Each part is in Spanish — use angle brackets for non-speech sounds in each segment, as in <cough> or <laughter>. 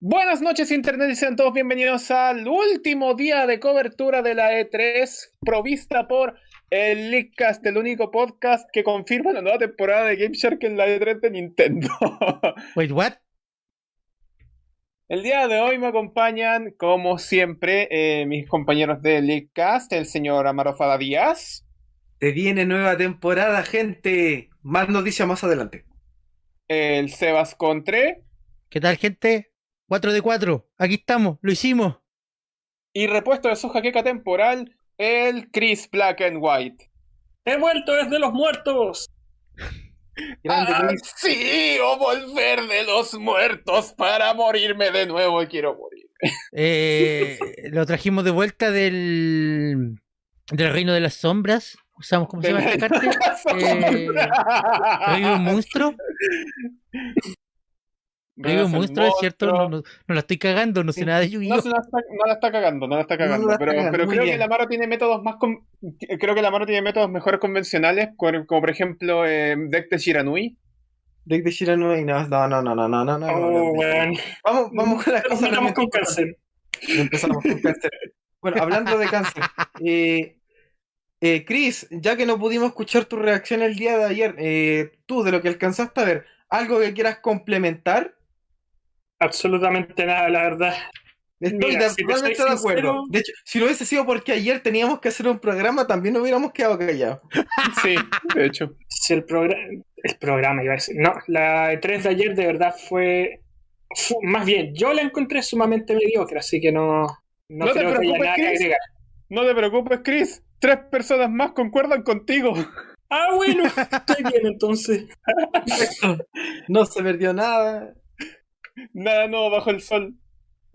Buenas noches Internet y sean todos bienvenidos al último día de cobertura de la E3 provista por el Leakcast, el único podcast que confirma la nueva temporada de Game Shark en la E3 de Nintendo. <laughs> Wait, what? El día de hoy me acompañan, como siempre, eh, mis compañeros de Leakcast, el señor Amaro Fada Díaz, Se viene nueva temporada, gente. Más noticias más adelante. el Sebas Contre ¿Qué tal, gente? 4 de 4. Aquí estamos, lo hicimos. y repuesto de su jaqueca temporal, el Chris Black and White. He vuelto desde los muertos. Grande Ah, Luis. sí, o volver de los muertos para morirme de nuevo y quiero morir. <laughs> Eh, lo trajimos de vuelta del, del reino de las sombras. Usamos, ¿cómo se llama esta parte? <laughs> Eh, Reino un monstruo. Reino un monstruo, es cierto. No, no- no la estoy cagando, no sé nada de Yu-Gi-Oh. No, se la está, no la está cagando, no la está cagando. No la pero cagan, pero muy creo bien. que la Maro tiene métodos más con- creo que la Maro tiene métodos mejores convencionales, como, como por ejemplo eh, Deck de Shiranui. Deck de Shirano y no, no, no, no, no, no, no, no, Oh, no. weón. Vamos, vamos con las Pero cosas. sigamos realmente con cáncer. importantes. Empezamos con cáncer. Bueno, hablando de cáncer. eh, eh, Chris, ya que no pudimos escuchar tu reacción el día de ayer, eh, tú de lo que alcanzaste a ver, ¿algo que quieras complementar? Absolutamente nada, la verdad. Estoy Mira, de- si te soy totalmente de acuerdo. sincero- De hecho, si no hubiese sido porque ayer teníamos que hacer un programa, también nos hubiéramos quedado callados. Sí, de hecho. Si el, progra- el programa iba a decir. No, la E3 de ayer de verdad fue, fu- Más bien, yo la encontré sumamente mediocre, así que no, no, No te creo que haya preocupes, nada que Chris. agregar. No te preocupes, Chris. Tres personas más concuerdan contigo. <laughs> Ah, bueno, estoy bien entonces. No se perdió nada. Nada nuevo bajo el sol.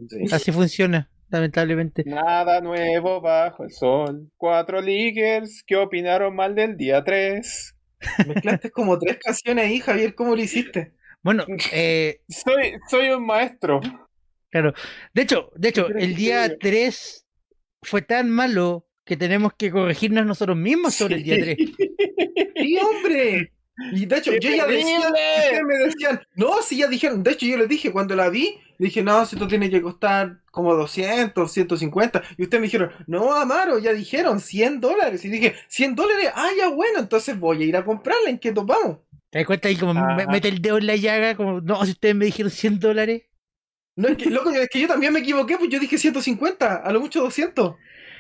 Sí. Así funciona, lamentablemente. Nada nuevo bajo el sol. Cuatro leakers que opinaron mal del día 3. Mezclaste como tres canciones ahí, Javier, ¿cómo lo hiciste? <laughs> Bueno, eh, Soy, soy un maestro. de hecho, de hecho, Creo que el día sí. 3 fue tan malo que tenemos que corregirnos nosotros mismos sobre el día 3. ¡Sí, hombre! Y de hecho, ¡Qué yo ya decía, terrible! ustedes me decían, no, si ya dijeron, de hecho yo les dije, cuando la vi, le dije, no, si esto tiene que costar como 200, 150, y ustedes me dijeron, no, Amaro, ya dijeron, 100 dólares, y dije, 100 dólares, ah, ya bueno, entonces voy a ir a comprarla, ¿en qué topamos? ¿Te das cuenta ahí como me- Ajá. mete el dedo en la llaga? Como, no, si ustedes me dijeron 100 dólares. No, es que, loco, es que yo también me equivoqué, pues yo dije 150, a lo mucho 200.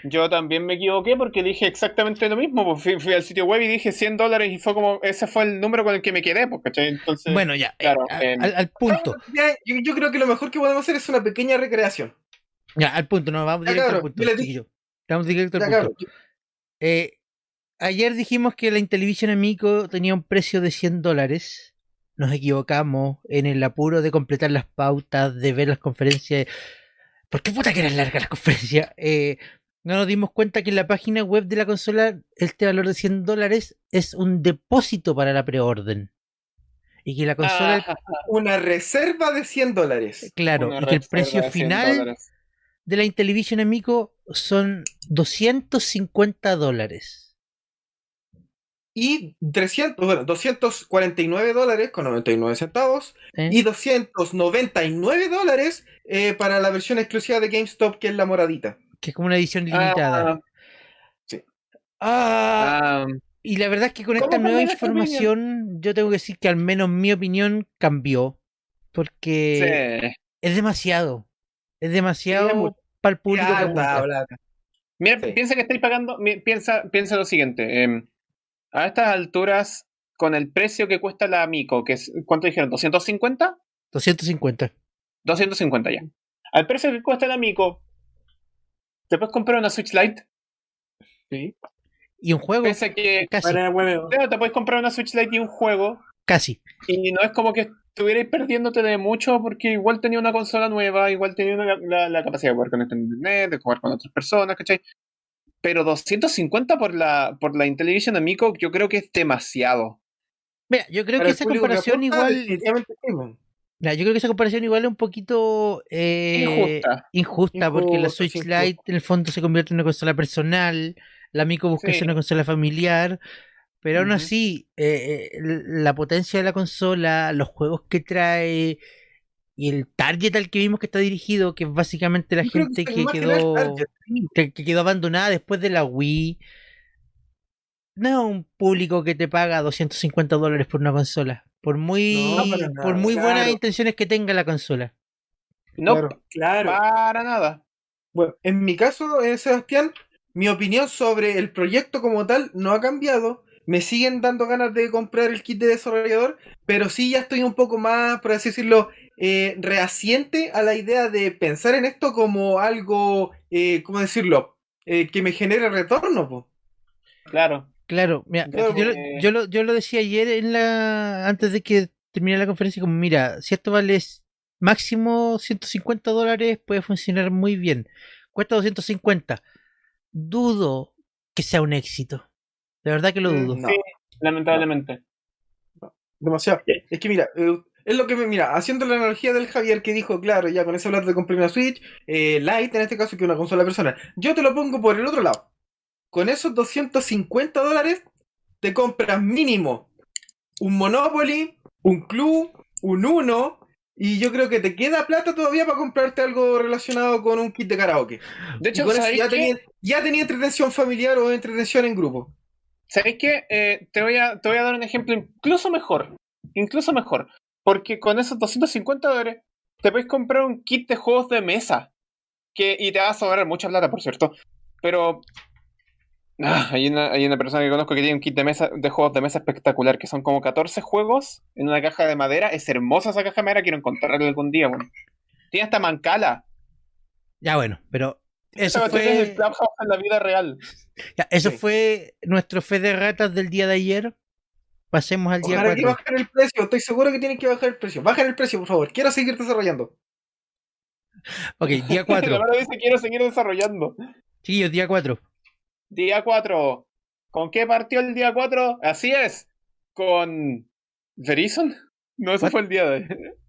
Yo también me equivoqué porque dije exactamente lo mismo. pues, Fui, fui al sitio web y dije 100 dólares y fue como, ese fue el número con el que me quedé, pues, ¿cachai? Entonces, Bueno, ya, eh, claro, a- eh, al, al punto. Ya, yo, yo creo que lo mejor que podemos hacer es una pequeña recreación. Ya, al punto, no, vamos Ya, directo al cabrón, punto, yo les di- chiquillo. Vamos directo al Ya, punto. cabrón, Eh, ayer dijimos que la Intellivision Amico tenía un precio de 100 dólares. Nos equivocamos en el apuro de completar las pautas, de ver las conferencias. ¿Por qué puta que eran largas las conferencias? Eh, no nos dimos cuenta que en la página web de la consola este valor de 100 dólares es un depósito para la preorden. Y que la consola, ah, Una reserva de 100 dólares. claro, una y que el reserva precio de 100 final dólares. de la Intellivision Amico son 250 dólares. Y 300, bueno, 249 dólares con 99 centavos. ¿eh? Y 299 dólares eh, para la versión exclusiva de GameStop, que es la moradita. que es como una edición limitada. Ah, Ah, ah, y la verdad es que con ¿Cómo esta nueva cambiaste de opinión? información, yo tengo que decir que al menos mi opinión cambió. Porque sí. es demasiado. Es demasiado mu- para el público. Ya, que busca. bla, bla, bla. Mira, Sí. piensa que estáis pagando, mi- piensa, piensa lo siguiente. eh, a estas alturas, con el precio que cuesta la Amico, que es, ¿cuánto dijeron? ¿250? 250. 250 ya. Al precio que cuesta la Amico, ¿te puedes comprar una Switch Lite? Y un juego, Piensa que casi, Para hueveo. Claro, te puedes comprar una Switch Lite y un juego. casi. Y no es como que estuvierais perdiéndote de mucho, porque igual tenía una consola nueva, igual tenía una- la, la capacidad de jugar con internet, de jugar con otras personas, ¿cachai? Pero 250 por la, por la Intellivision Amico, yo creo que es demasiado. Mira, yo creo Para que el esa público que comparación apunta, igual. definitivamente sí, bueno. mira, yo creo que esa comparación igual es un poquito eh, Injusta. injusta, porque la Injusta, Switch sí, Lite en el fondo se convierte en una consola personal, la Mico busca Sí. ser una consola familiar, pero aún Ujú. así, eh, eh, la potencia de la consola, los juegos que trae Y el target al que vimos que está dirigido, que es básicamente la Yo creo gente esta que imagen quedó, es target, sí. que, que quedó abandonada después de la Wii, no es un público que te paga 250 dólares por una consola. Por muy, No, para nada, por muy buenas claro. intenciones que tenga la consola. No, Claro. Claro. para nada. Bueno, en mi caso, eh, Sebastián, mi opinión sobre el proyecto como tal no ha cambiado. Me siguen dando ganas de comprar el kit de desarrollador, pero sí ya estoy un poco más, por así decirlo, eh, rehaciente a la idea de pensar en esto como algo, eh, ¿cómo decirlo? Eh, que me genere retorno, po. Claro. Claro, mira, Claro, yo, lo- porque- eh, yo lo, yo lo decía ayer en la antes de que terminara la conferencia, como mira, si esto vale s- máximo 150 dólares, puede funcionar muy bien. Cuesta 250. Dudo que sea un éxito. De verdad que lo Mm, dudo. no. Sí, lamentablemente. Demasiado. Es que mira, eh, es lo que me mira, haciendo la analogía del Javier que dijo, claro, ya con eso hablar de comprar una Switch, eh, Lite en este caso que una consola personal. Yo te lo pongo por el otro lado. Con esos 250 dólares te compras mínimo un Monopoly, un Club, un Uno, y yo creo que te queda plata todavía para comprarte algo relacionado con un kit de karaoke. De Y hecho, con eso ¿sabéis ya qué? tenía, ya tenía entretención familiar o entretención en grupo. ¿Sabéis qué? Eh, te, voy a, te voy a dar un ejemplo incluso mejor. Incluso mejor. Porque con esos 250 dólares te puedes comprar un kit de juegos de mesa. Que, y te va a sobrar mucha plata, por cierto. Pero. ah, hay, una, hay una persona que conozco que tiene un kit de, mesa, de juegos de mesa espectacular, que son como 14 juegos en una caja de madera. Es hermosa esa caja de madera, quiero encontrarla algún día, bueno. Tiene hasta mancala. Ya bueno, pero eso Esa cuestión es fue, el Clubhouse en la vida real. <laughs> ya, eso Sí. fue nuestro fe de ratas del día de ayer. Pasemos al día Ojalá que 4. bajen el precio, estoy seguro que tienen que bajar el precio. Bajen el precio, por favor. Quiero seguir desarrollando. Ok, <laughs> día La 4. verdad dice quiero seguir desarrollando. Chiquillos, día 4. Día 4. ¿Con qué partió el día 4? Así es. Con Verizon. No, eso fue el día de ayer. <laughs>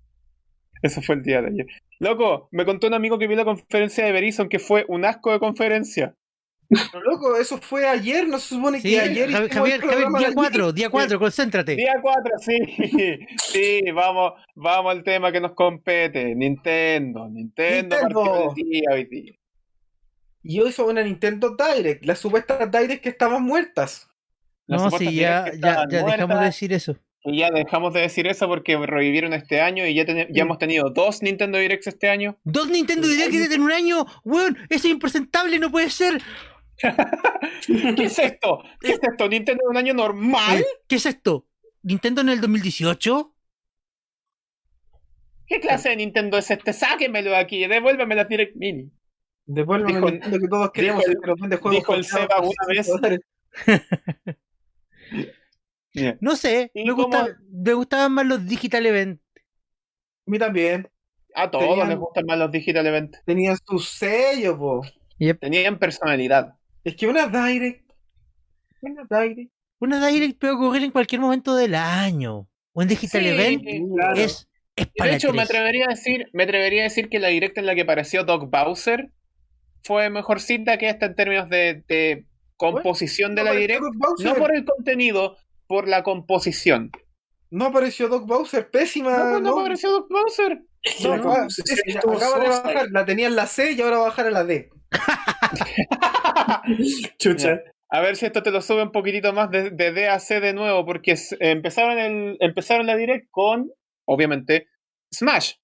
Eso fue el día de ayer. Loco, me contó un amigo que vio la conferencia de Verizon que fue un asco de conferencia. Pero loco, eso fue ayer, no se supone Sí, que ayer. Javi- hicimos el Javier, Javier, programa día de- 4, día 4, concéntrate. Día 4, sí. <laughs> Sí, vamos, vamos al tema que nos compete. Nintendo. Nintendo, Nintendo. partió el día hoy día. Y hoy son una Nintendo Direct, las supuestas Direct que estaban muertas. Las No, supuestas sí, ya, que ya, estaban ya dejamos de muertas, decir eso. y ya dejamos de decir eso porque revivieron este año y ya, ten- ya hemos tenido dos Nintendo Directs este <laughs> año. Dos Nintendo Directs en un año, weón, eso es impresentable, no puede ser. ¿Qué es esto? ¿Qué es esto? ¿Nintendo en un año normal? Eh, ¿Qué es esto? ¿Nintendo en el 2018? ¿Qué clase de Nintendo es este? Sáquenmelo de aquí, devuélvame las Direct Mini. Devuélveme Dijo- el Nintendo que todos queríamos dijo el- el, que nos vende juegos dijo el costados Seba por una vez. 100 dólares. No sé, ¿Y me, cómo- gusta- me gustaban más los Digital Event. A mí también. A todos Tenían- les gustan más los Digital Event. Tenían su sello, po. Tenían personalidad. Es que una Direct. Una Direct. Una Direct puede ocurrir en cualquier momento del año. Un Digital Sí, Event claro. es, Y es De para hecho, me tres. atrevería, a decir, me atrevería a decir que la directa en la que apareció Doc Bowser fue mejorcita que esta en términos de, de composición de la directa. Doc Bowser. No por el contenido, por la composición. No apareció Doc Bowser, pésima. No, no, Ah, no. apareció Doc Bowser. Es que No, la acaba- conversación es- estuvo acaba de sosa. bajar, la tenía en la C y ahora va a bajar a la D. <laughs> Chucha. A ver si esto te lo sube un poquitito más de, de D a C de nuevo, porque s- empezaron, el, empezaron la direct con, obviamente, Smash.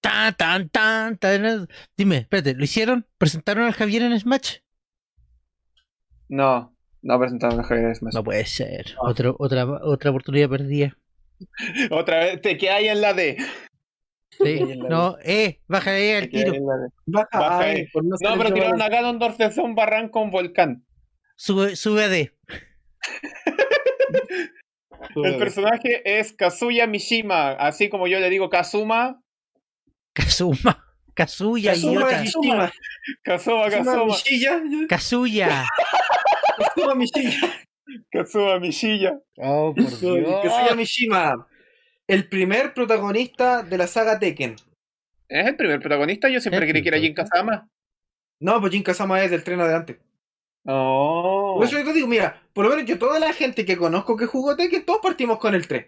Tan, tan, tan, tan. Dime, espérate, ¿lo hicieron? ¿Presentaron al Javier en Smash? No, no presentaron a Javier de Smash. No puede ser. Otro, otra, otra oportunidad perdida. Otra vez, te quedas ahí en la D. Sí, <laughs> en la no, eh, baja ahí al Te quedas tiro. ahí en la D. Baja, Baja ay, eh. ahí. por no No, ser pero el tiraron tema a Ganondorf desde un barranco a un volcán. Sube, sube a D. de- El personaje es Kazuya Mishima, así como yo le digo Kazuma. Kazuma. Kazuya, Kazuma idiota. Mishima. Kazuma, Kazuma Kazuma. <laughs> Mishilla. Kazuya. Kazuma Mishilla. Kazuma Mishima. Oh, por Kazuya Mishima. El primer protagonista de la saga Tekken. ¿Es el primer protagonista? Yo siempre El creí que era Jin primer Kazama. No, pues Jin Kazama es del tren adelante. Oh. Por eso yo te digo, mira, por lo menos yo toda la gente que conozco que jugó Tekken, todos partimos con el 3.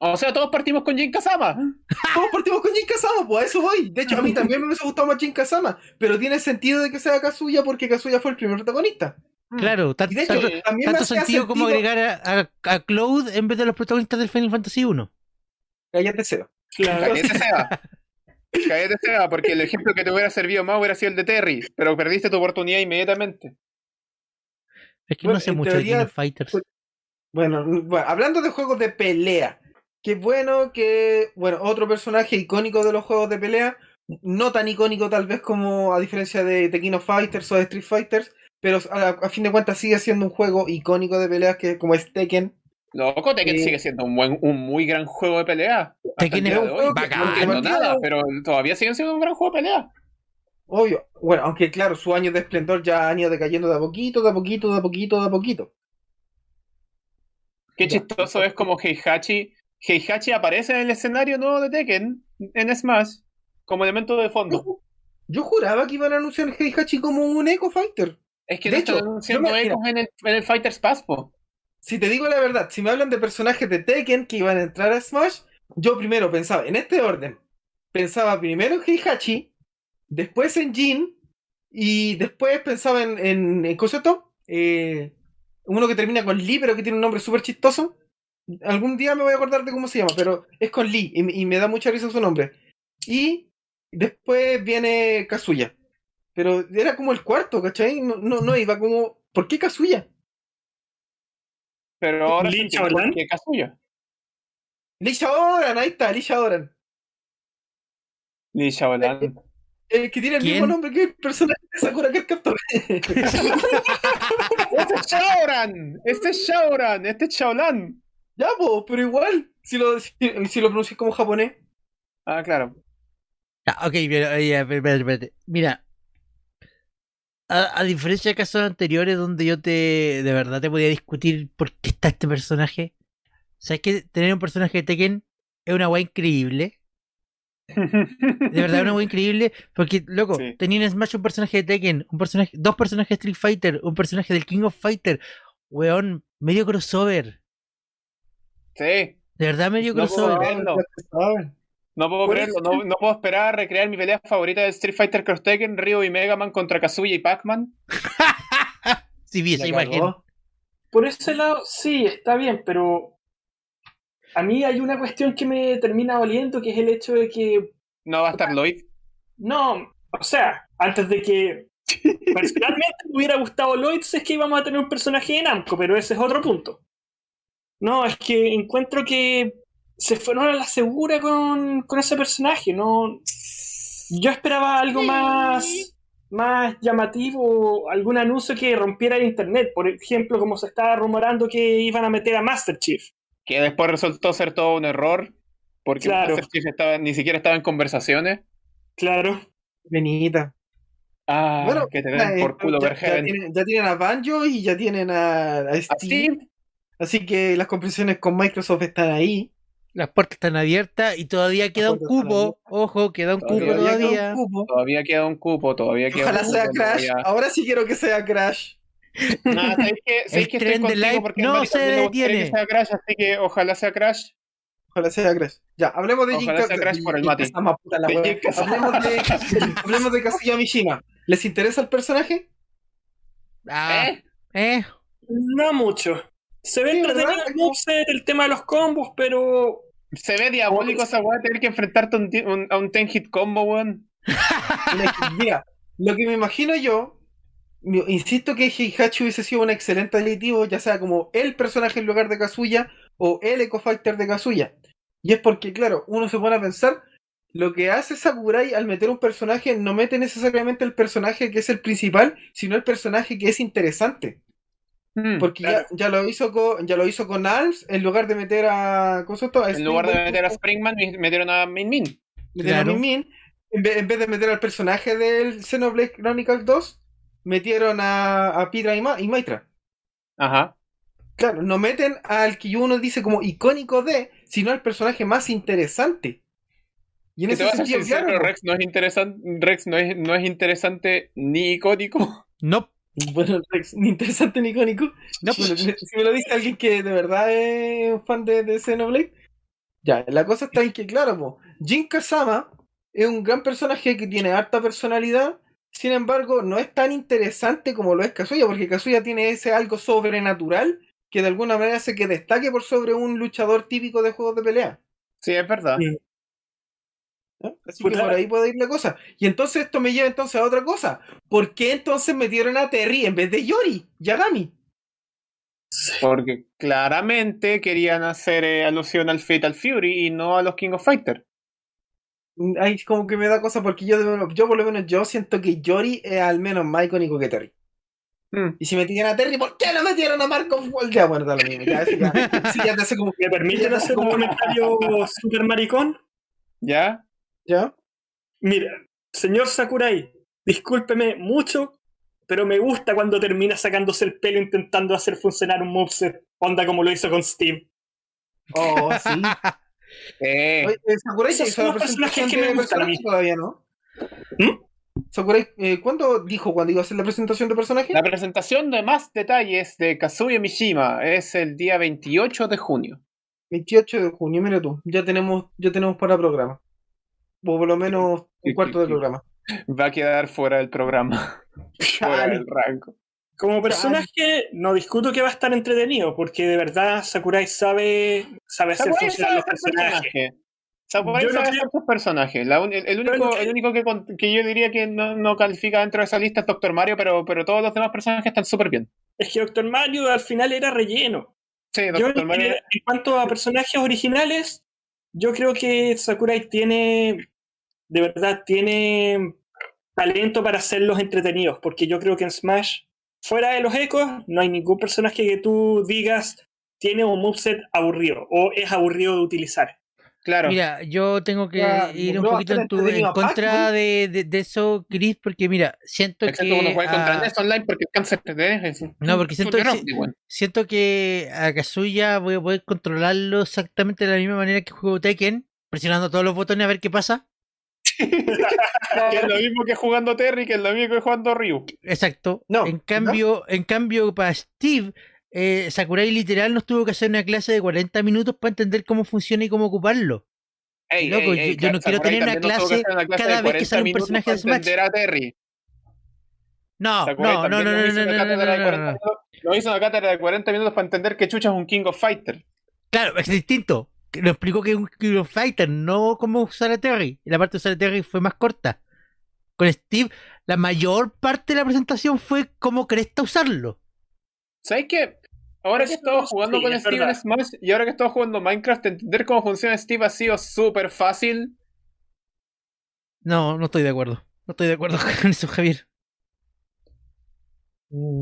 O sea, todos partimos con Jin Kazama. <laughs> Todos partimos con Jin Kazama, pues a eso voy. De hecho, a mí también me hubiese gustado más Jin Kazama, pero tiene sentido de que sea Kazuya porque Kazuya fue el primer protagonista. Claro, tan- Mm. Y de hecho, tanto, también me tanto hacía sentido como sentido- agregar a, a, a Cloud en vez de los protagonistas del Final Fantasy 1. Cállate cero. Claro. Cállate sea. Cállate sea, porque el ejemplo que te hubiera servido más hubiera sido el de Terry, pero perdiste tu oportunidad inmediatamente. Es que Bueno, no sé en mucho teoría- de King of <laughs> Fighters. Bueno, bueno, hablando de juegos de pelea, qué bueno que, bueno, otro personaje icónico de los juegos de pelea, no tan icónico tal vez como a diferencia de The King of Fighters o de Street Fighters, pero a, a fin de cuentas sigue siendo un juego icónico de peleas que como es Tekken. Loco, Tekken Sí. sigue siendo un buen, un muy gran juego de pelea. Hasta el Tekken día es de un hoy. juego que- No bacán. entiendo Mantiene- nada, pero todavía siguen siendo un gran juego de pelea. Obvio, bueno, aunque claro, su año de esplendor ya han ido decayendo de a poquito, de a poquito, de a poquito, de a poquito. Qué Ya. chistoso es como Heihachi. Heihachi aparece en el escenario nuevo de Tekken, en Smash, como elemento de fondo. Yo, yo juraba que iban a anunciar Heihachi como un Eco Fighter. Es que De de hecho, hecho, están anunciando yo me- ecos en el, en el Fighters Pass, po. Si te digo la verdad, si me hablan de personajes de Tekken que iban a entrar a Smash, yo primero pensaba, en este orden, pensaba primero en Heihachi, después en Jin, y después pensaba en, en, en ¿cómo se llama? Eh, uno que termina con Lee, pero que tiene un nombre súper chistoso. Algún día me voy a acordar de cómo se llama, pero es con Lee, y, me- y me da mucha risa su nombre. Y después viene Kazuya. Pero era como el cuarto, ¿cachai? No, no, no iba como, ¿por qué Kazuya? Pero ahora Lin sentí Chaolán. que Kazuya. Lisha Oran, ahí está, Lisha Oran. Lin Chaolán. El que tiene el ¿Quién? mismo nombre que el personaje de Sakura Card Captor. Pues, ¡Este es Shaoran! ¡Este es Shaoran! ¡Este es Shaolán! <laughs> ya, po, pero igual, si lo, si, si lo pronuncias como japonés. Ah, claro. Ah, ok, pero, eh, ya, espérate, espérate. Mira. A, a diferencia de casos anteriores donde yo te de verdad te podía discutir por qué está este personaje. ¿Sabes que tener un personaje de Tekken es una weá increíble? De verdad, una wea increíble. Porque, loco, Sí. tenía en Smash un personaje de Tekken, un personaje, dos personajes de Street Fighter, un personaje del King of Fighter. Weón, medio crossover. Sí. De verdad, medio No puedo crossover. Ah, creer. Verlo. No puedo Por creerlo. eso- No, no puedo esperar a recrear mi pelea favorita de Street Fighter Cross Tekken, Ryu y Mega Man contra Kazuya y Pac-Man. Si vi esa La imagen. cagó. Por ese lado, sí, está bien, pero a mí hay una cuestión que me termina doliendo, que es el hecho de que No va a estar Lloyd. No, o sea, antes de que personalmente me hubiera gustado Lloyd, es que íbamos a tener un personaje de Namco, pero ese es otro punto. No, es que encuentro que se fueron a la segura con, con ese personaje, no. Yo esperaba algo más, más llamativo, algún anuncio que rompiera el internet, por ejemplo, como se estaba rumorando que iban a meter a Master Chief. Que después resultó ser todo un error. Porque Claro. Master Chief estaba- ni siquiera estaba en conversaciones. Claro. Benita. Ah, Bueno, que te Ya, eh, den por culo ¿Ah, ya- ver ya, tienen, ya tienen a Banjo y ya tienen a, a Steve. Así, Así que las compresiones con Microsoft están ahí. Las puertas están abiertas y todavía queda un puertas están cupo. Ojo, queda un cupo Todavía Todavía queda un todavía. cupo. todavía queda un cupo, todavía queda Ojalá un sea cupo, Crash. todavía- Ahora sí quiero que sea Crash. Nah, ¿sabes qué? <laughs> ¿Sabes qué? Estoy tren de contigo Light porque no a Mari se también le gustaría detiene. que sea Crash, así que ojalá sea Crash. Ojalá sea Crash. Ya, hablemos de Ojalá sea Crash por el Mati. Kazama, puta la De wea. Jin Kazama. Hablemos de, <laughs> hablemos de Kazuya Mishima. ¿Les interesa el personaje? Ah, ¿Eh? ¿eh? No mucho. Se ve Sí, entretenido ¿verdad? el moveset, el tema de los combos, pero Se ve diabólico esa weá tener que enfrentarte a un, ti- un- a un 10 hit combo, weón. Mira, lo que me imagino yo, me- insisto que Heihachi hubiese sido un excelente aditivo, ya sea como el personaje en lugar de Kazuya o el Eco Fighter de Kazuya. Y es porque, claro, uno se pone a pensar, lo que hace Sakurai al meter un personaje no mete necesariamente el personaje que es el principal, sino el personaje que es interesante. Mm. Porque ya, ya lo hizo con, ya lo hizo con ARMS en lugar de meter a. ¿Cómo se llama? en lugar de Springboard. meter a Springman, mi- metieron a Min Min. metieron Claro. a Min Min, en vez, en vez de meter al personaje del Xenoblade Chronicles 2, metieron a, a Pidra y, Ma- y Maitra. Ajá. Claro, no meten al que uno dice como icónico de, sino al personaje más interesante. Y en Que te ese voy a ser sentido, sincero, claro, Rex no es interesante, Rex no es, no es interesante ni icónico. <laughs> No, <laughs> bueno, Rex, ni interesante ni icónico. no. pues, Bueno, si me lo dice alguien que de verdad es un fan de, de Xenoblade, Ya, la cosa está en que, claro, po, Jin Kazama es un gran personaje que tiene harta personalidad, sin embargo, no es tan interesante como lo es Kazuya, porque Kazuya tiene ese algo sobrenatural que de alguna manera hace que destaque por sobre un luchador típico de juegos de pelea. Sí, es verdad. Sí. ¿no? Así que Pues claro. por ahí puede ir la cosa. Y entonces esto me lleva entonces a otra cosa. ¿Por qué entonces metieron a Terry en vez de Yori? Yagami. Porque claramente querían hacer eh, alusión al Fatal Fury y no a los King of Fighter. Mm, Ahí como que me da cosa porque yo, de menos- yo por lo menos yo siento que Yori es al menos más icónico que Terry. Mm. Y si metían a Terry, ¿por qué no metieron a Marco Wall? Ya, bueno, da lo mismo. Ya, eso ya, sí, ya te hace como ¿Me permiten hacer un comentario super maricón? ¿Ya? ¿Ya? Mira, señor Sakurai, discúlpeme mucho, pero me gusta cuando termina sacándose el pelo intentando hacer funcionar un moveset. Onda como lo hizo con Steve. Oh, sí. Eh, Oye, eh, Sakurai ya Esos hizo son la los personajes presentación que me de gustan a mí. personaje todavía, ¿no? Sakurai, eh, ¿cuándo dijo cuando iba a hacer la presentación de personaje? la presentación de más detalles de Kazuya Mishima es el día 28 de junio. 28 de junio, mira tú, ya tenemos, ya tenemos para programa. O por lo menos Sí, un cuarto sí, de sí. programa. Va a quedar fuera del programa, <laughs> fuera Chale. del rango. Como personaje, no discuto que va a estar entretenido, porque de verdad Sakurai sabe, sabe hacer Samurai funcionar sabe los hacer personajes. personajes. Samurai Yo no sabe creo- hacer sus personajes. La un- el, el Pero único, no- el único que, con- que yo diría que no, no califica dentro de esa lista es Doctor Mario, pero, pero todos los demás personajes están súper bien. Es que Doctor Mario al final era relleno. Sí, Yo, Doctor en Mario. general, en cuanto a personajes originales, yo creo que Sakurai tiene, de verdad, tiene talento para hacerlos entretenidos, porque yo creo que en Smash, fuera de los ecos, no hay ningún personaje que tú digas tiene un moveset aburrido o es aburrido de utilizar. Claro. Mira, yo tengo que Ya, ir un bro, poquito en, tu- espérate, en diga, contra Pac-Man. de, de- de eso, Chris, porque mira, siento Excepto que. ah, cuando juegas contra a- NES Online porque el cáncer te deja. es- No, tú porque siento que lloras, sí- igual. Siento que a Kazuya voy a poder controlarlo exactamente de la misma manera que juego Tekken, presionando todos los botones a ver qué pasa. Que es lo mismo que jugando Terry, que es lo mismo que jugando Ryu. Exacto. No, en ¿no? cambio, en cambio para Steve, eh, Sakurai literal nos tuvo que hacer una clase de 40 minutos para entender cómo funciona y cómo ocuparlo. Ey, Loco, ey, ey, yo- yo no Sakurai quiero tener también una nos tuvo que clase hacer una clase cada de vez que 40 sale un minutos personaje para de Smash. entender a Terry. No, no, Sakurai no, no, también no, nos no, hizo no, una no, cátedra de no, 40 no, no. minutos- nos hizo una cátedra de 40 minutos para entender que Chucha es un King of Fighter. Claro, es distinto. Que Nos explicó que es un King of Fighter, no cómo usar a Terry. Y La parte de usar a Terry fue más corta. Con Steve, la mayor parte de la presentación fue cómo cresta usarlo. ¿Sabes qué? Ahora Eso que estaba jugando sí, con es Steve verdad. en Smash y ahora que estaba jugando Minecraft, entender cómo funciona Steve ha sido súper fácil. No, no estoy de acuerdo. No estoy de acuerdo <laughs> con eso, <laughs> Javier.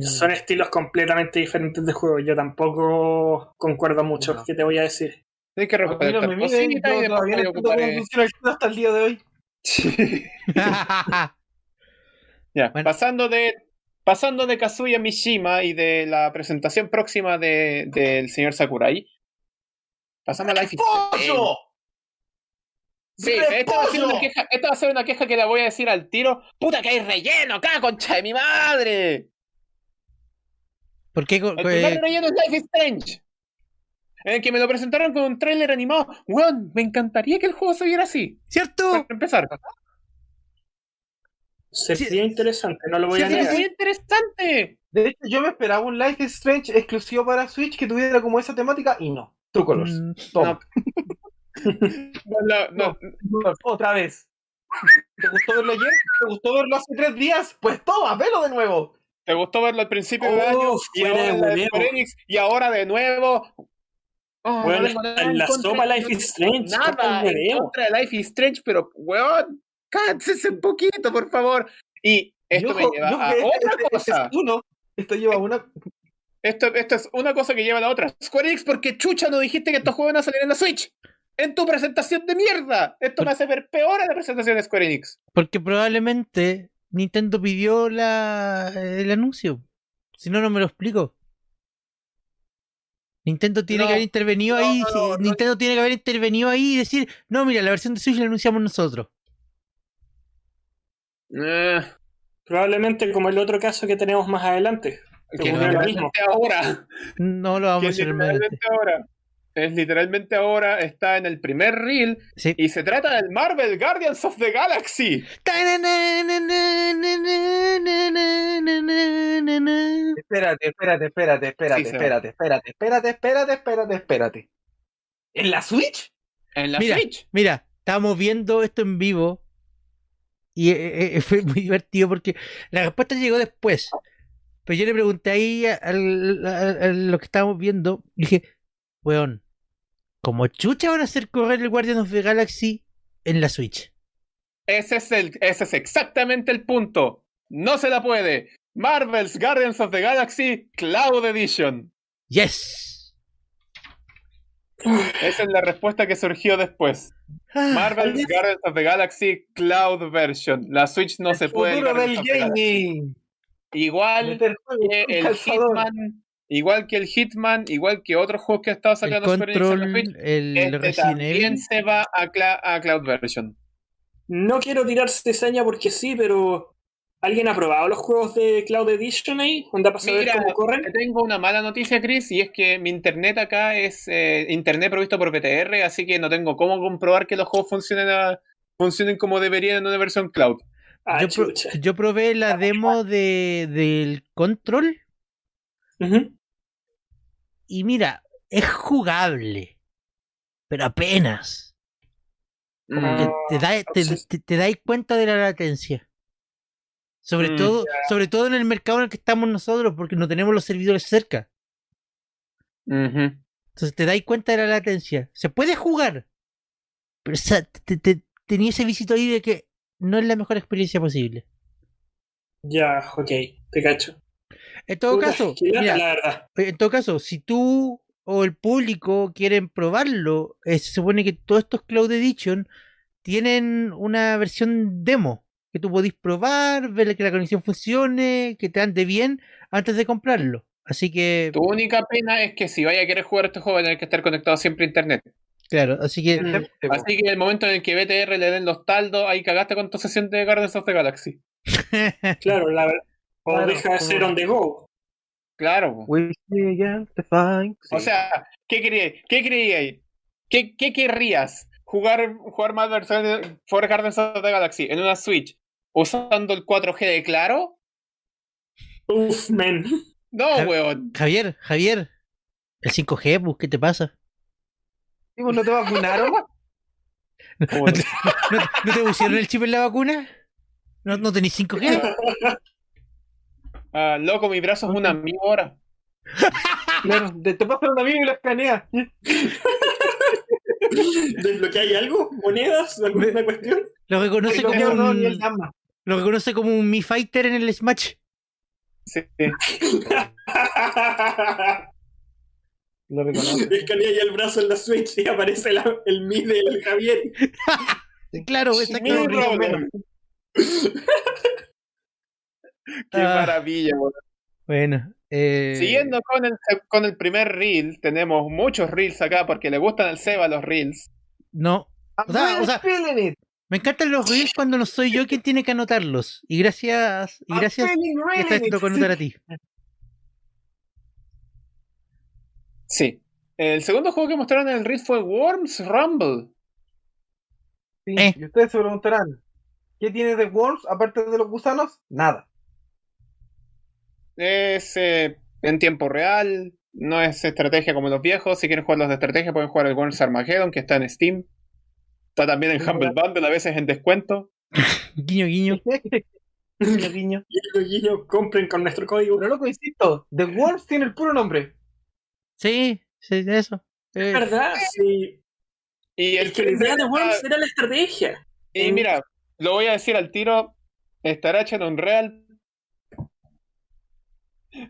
Son estilos completamente diferentes de juego. Yo tampoco concuerdo mucho. No. ¿Qué te voy a decir? Tienes que A mí no recolectar me cositas miren, yo y después todavía no voy a entiendo ocupar, <laughs> cómo eh, funciona el juego hasta el día de hoy. Ya, Bueno. pasando de pasando de Kazuya Mishima y de la presentación próxima de- del señor Sakurai. Pasamos a Life is Strange. ¡Pollo! Sí, esta va, a ser una queja, esta va a ser una queja que la voy a decir al tiro. ¡Puta que hay relleno acá, concha de mi madre! ¿Por qué? co- El co- primer eh, relleno es Life is Strange. En el que me lo presentaron con un tráiler animado. Weón, me encantaría que el juego se viera así. Para ¿Cierto? empezar. Sería Sí. interesante, no lo voy Sí, a sí, negar. es muy interesante. De hecho, yo me esperaba un Life is Strange exclusivo para Switch que tuviera como esa temática y no. True Colors. Mm, Toma. No, no, no. Otra vez. ¿Te gustó verlo ayer? ¿Te gustó verlo hace tres días? Pues toma, velo de nuevo. ¿Te gustó verlo al principio del Oh, año? Y fuera de ahora, de huevo. Square Enix, y ahora de nuevo. Oh, Bueno, no tengo nada en la contra- sopa Life is Strange, Nada corta el en huevo. contra de Life is Strange, pero weón, cállense un poquito, por favor. Y esto Yo- me lleva yo a que este- <laughs> otra este- este cosa. es uno. Esto lleva a una. Esto, esto es una cosa que lleva a la otra. Square Enix, porque chucha no dijiste que estos juegos van a salir en la Switch? En tu presentación de mierda. Esto me hace ver peor a la presentación de Square Enix. Porque probablemente Nintendo pidió la, el anuncio. Si no, no me lo explico. Nintendo tiene No, que haber intervenido no, ahí. no, sí, no, no. Nintendo tiene que haber intervenido ahí y decir, no, mira, la versión de Switch la anunciamos nosotros. Ah, Probablemente como el otro caso que tenemos más adelante. que ocurrió lo mismo. literalmente ahora. No lo vamos a Que hacer más este. adelante. literalmente ahora. Es literalmente ahora está en el primer reel Sí. y se trata del Marvel Guardians of the Galaxy. Espérate, espérate, espérate, espérate, Sí, se va. espérate, espérate, espérate, espérate, espérate, espérate. ¿En la Switch? En la Mira. Switch. Mira, estábamos viendo esto en vivo y eh, <laughs> eh, fue muy divertido porque la respuesta llegó después. Pero yo le pregunté ahí a, al- a- a lo que estábamos viendo y dije, weón, ¿cómo chucha van a hacer correr el Guardian of the Galaxy en la Switch? Ese es, el, ese es exactamente el punto. No se la puede. Marvel's Guardians of the Galaxy Cloud Edition. ¡Yes! Esa es la respuesta que surgió después. Ah, Marvel's Guardians of the Galaxy Cloud Version. La Switch no se puede. Futuro Guardians del of the Galaxy. gaming. Igual Meter juegos que con el calzador. Hitman, igual que el Hitman, igual que otros juegos que ha estado el sacando Square Enix en la Switch, control, el este Resident también Evil. se va a, cla- a Cloud Version. No quiero tirar cesaña porque sí, pero ¿alguien ha probado los juegos de Cloud Edition ahí? ¿Onda para saber Mira, cómo corren? Te Tengo una mala noticia, Chris, y es que mi internet acá es eh, internet provisto por PTR, así que no tengo cómo comprobar que los juegos funcionen, a- funcionen como deberían en una versión Cloud. Ah, Yo, pro- chucha. yo probé la demo de, del control Ujú. y mira, es jugable, pero apenas. Como que Ah, te, da, te, entonces- te- te dais cuenta de la latencia. Sobre, Mm, todo, sobre todo en el mercado en el que estamos nosotros, porque no tenemos los servidores cerca. Mm, Ujú. Entonces te dais cuenta de la latencia. Se puede jugar, pero esa- te, te- tenía ese visito ahí de que no es la mejor experiencia posible. Ya, ok, te cacho. En todo Puta, caso, qué lata, mira, la verdad. en todo caso, si tú o el público quieren probarlo, eh, se supone que todos estos Cloud Edition tienen una versión demo que tú podís probar, ver que la conexión funcione, que te ande bien antes de comprarlo. Así que, Tu única pena es que si vaya a querer jugar este juego, va a tener que estar conectado siempre a internet. claro, así que <laughs> Entérate, po. Mm, Así que el momento en el que BTR le den los taldos, ahí cagaste con tu sesión de Guardians of the Galaxy. Claro, la verdad. O Claro, deja de como- ser on the go. Claro. po. We still have to find- O sea, ¿qué queríais? ¿Qué queríais? ¿Qué, qué querrías? ¿Jugar, jugar más versiones For Guardians of the Galaxy en una Switch usando el 4G de Claro? Uf, men. No, Claro. weón. Javier, Javier, el 5G, pues, ¿qué te pasa? Sí, pues, ¿No te vacunaron? <laughs> ¿No te, no te- no te pusieron el chip en la vacuna? ¿No, no tenés 5G? <laughs> Ah, loco, mi brazo es una mil ahora. Claro, de- te pasan una amigo y la escanea. <laughs> ¿Desbloqueáis algo? ¿Monedas? ¿Alguna cuestión? <laughs> Lo reconoce Y lo como que no, ni el un, gamma. lo reconoce como un Mi Fighter en el Smash. Sí. <laughs> Lo reconoce. <laughs> Escanea ya el brazo en la Switch y aparece la- el Mi del Javier. Claro, Sí, Mil exactamente. dólares. <laughs> Qué Ah. maravilla, weón. Bueno, eh, Siguiendo con el, con el primer reel, tenemos muchos reels acá porque le gustan al Seba los reels. No, <laughs> I'm O sea, o sea, really feeling it. me encantan los reels cuando no soy yo quien tiene que anotarlos. Y gracias, y I'm gracias feeling que really estás it. tocando anotar a ti. Sí. El segundo juego que mostraron en el reel fue Worms Rumble. Sí, Eh. Y ustedes se preguntarán, ¿qué tiene de Worms aparte de los gusanos? Nada. Es eh, en tiempo real, no es estrategia como los viejos. Si quieren jugar los de estrategia, pueden jugar el Worms Armageddon, que está en Steam. Está también en Humble Bundle, a veces en descuento. Guiño, guiño. Guiño, guiño. Guiño, guiño, compren con nuestro código. Pero loco, insisto, The Worms tiene el puro nombre. Sí, sí, eso. Eh, ¿Verdad? Sí. Y el Es que la idea de Worms era la estrategia. Y mira, lo voy a decir al tiro: estará hecho en Unreal.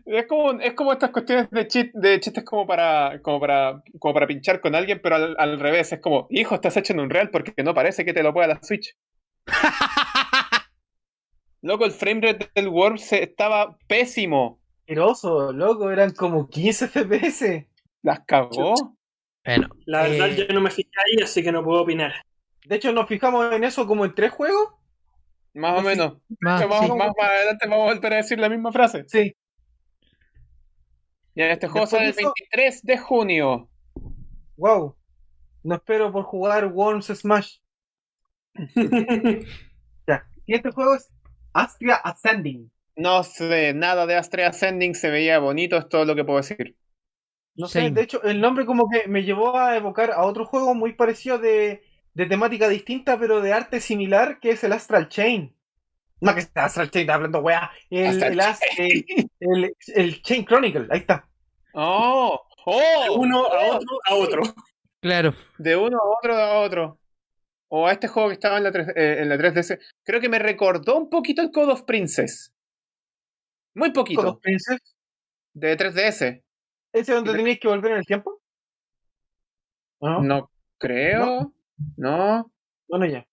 Es como, es como estas cuestiones de, chis- de chistes como para, como, para, como para pinchar con alguien, pero al, al revés. Es como, hijo, estás hecho en Unreal porque no parece que te lo pueda la Switch. Loco, el framerate del Worms se- estaba pésimo. Asqueroso, loco, eran como 15 FPS. Las cagó. bueno, La verdad, Eh. yo no me fijé ahí, así que no puedo opinar. De hecho, nos fijamos en eso como en tres juegos. Más o menos. más, Más, Ah, sí. más- más adelante vamos a volver a decir la misma frase. Sí. Ya, este juego Después sale el de eso- 23 de junio. Wow. No espero por jugar Worms <laughs> Smash. Ya. Y este juego es Astria Ascending. No sé, nada de Astrea Ascending se veía bonito, es todo lo que puedo decir. No sé, Same. de hecho, el nombre como que me llevó a evocar a otro juego muy parecido de, de temática distinta, pero de arte similar, que es el Astral Chain. No, que es Astral Chain, está hablando weá. El, Astral el, Ast- el- el- el Chain Chronicle, ahí está. ¡Oh! ¡Oh! Uno a otro, a otro. Claro. De uno a otro a otro. O a este juego que estaba en la, 3, eh, en la 3DS. Creo que me recordó un poquito el Code of Princess. Muy Con los poquito. princes. De 3DS. ¿Ese es donde tenéis que volver en el tiempo? No, No creo. No. bueno, ya.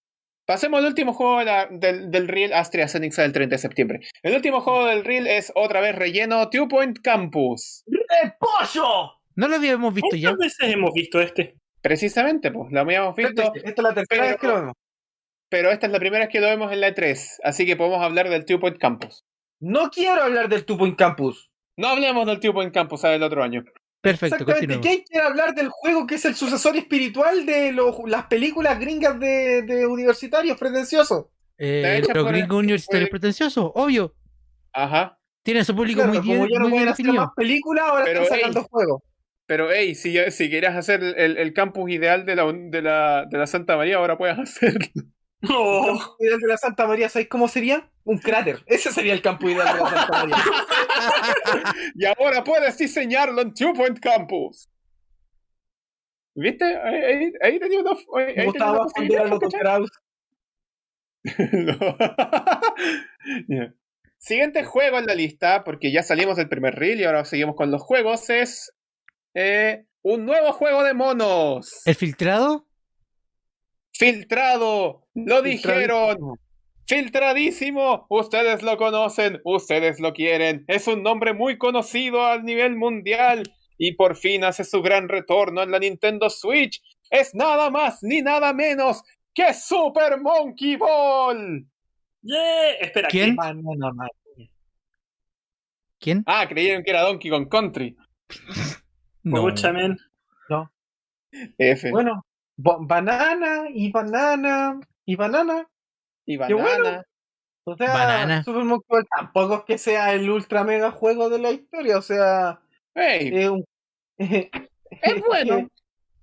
Pasemos al último juego de la- del, del Reel Astria Zenix del 30 de septiembre. El último juego del Reel es otra vez relleno Two Point Campus. ¡El pollo! No lo habíamos visto ya. ¿Cuántas veces hemos visto este? Precisamente, pues, lo habíamos visto. Esta es la tercera pero- vez que lo vemos. Pero esta es la primera vez que lo vemos en la E3, así que podemos hablar del Two Point Campus. No quiero hablar del Two Point Campus. No hablemos del Two Point Campus, ¿sabes? El otro año. Perfecto, Exactamente. continuemos. ¿Quién quiere hablar del juego que es el sucesor espiritual de los- las películas gringas de, de universitarios pretenciosos? Está Eh, hecha los por- gringos universitarios por- pretenciosos, obvio. Ajá. Tienen su público Claro, muy bien, como ya no muy bien pueden hacer más definido. películas, ahora Pero, están sacando juegos. Pero, hey, si, ya- si quieras hacer el, el campus ideal de la, un- de, la, de la Santa María, ahora puedes hacerlo. <laughs> Oh. No. El ideal de la Santa María, ¿sabéis cómo sería? Un cráter. Ese sería el campo ideal de la Santa <laughs> María. Y ahora puedes diseñarlo en Two Point Campus. ¿Viste? Ahí, ahí, ahí tenía una. ahí- ahí tenía Me una gustaba cuando eran los posibilidad, ¿cachai? Kraus. No. <laughs> Ya. Siguiente juego en la lista, porque ya salimos del primer reel y ahora seguimos con los juegos, es eh, un nuevo juego de monos. ¿El filtrado? Filtrado, lo dijeron, filtradísimo. Ustedes lo conocen, ustedes lo quieren. Es un nombre muy conocido a nivel mundial y por fin hace su gran retorno en la Nintendo Switch. Es nada más ni nada menos que Super Monkey Ball. Yeah. Espera, ¿qué? ¿Quién? Banana Man. ¿Quién? Ah, creyeron que era Donkey Kong Country. No. Pucha, <laughs> man. F. Bueno, ba- banana y banana y banana. y qué banana. bueno. O sea, Banana. Super Monkey Ball tampoco es que sea el ultra mega juego de la historia. O sea, Ey, es un. <laughs> es bueno.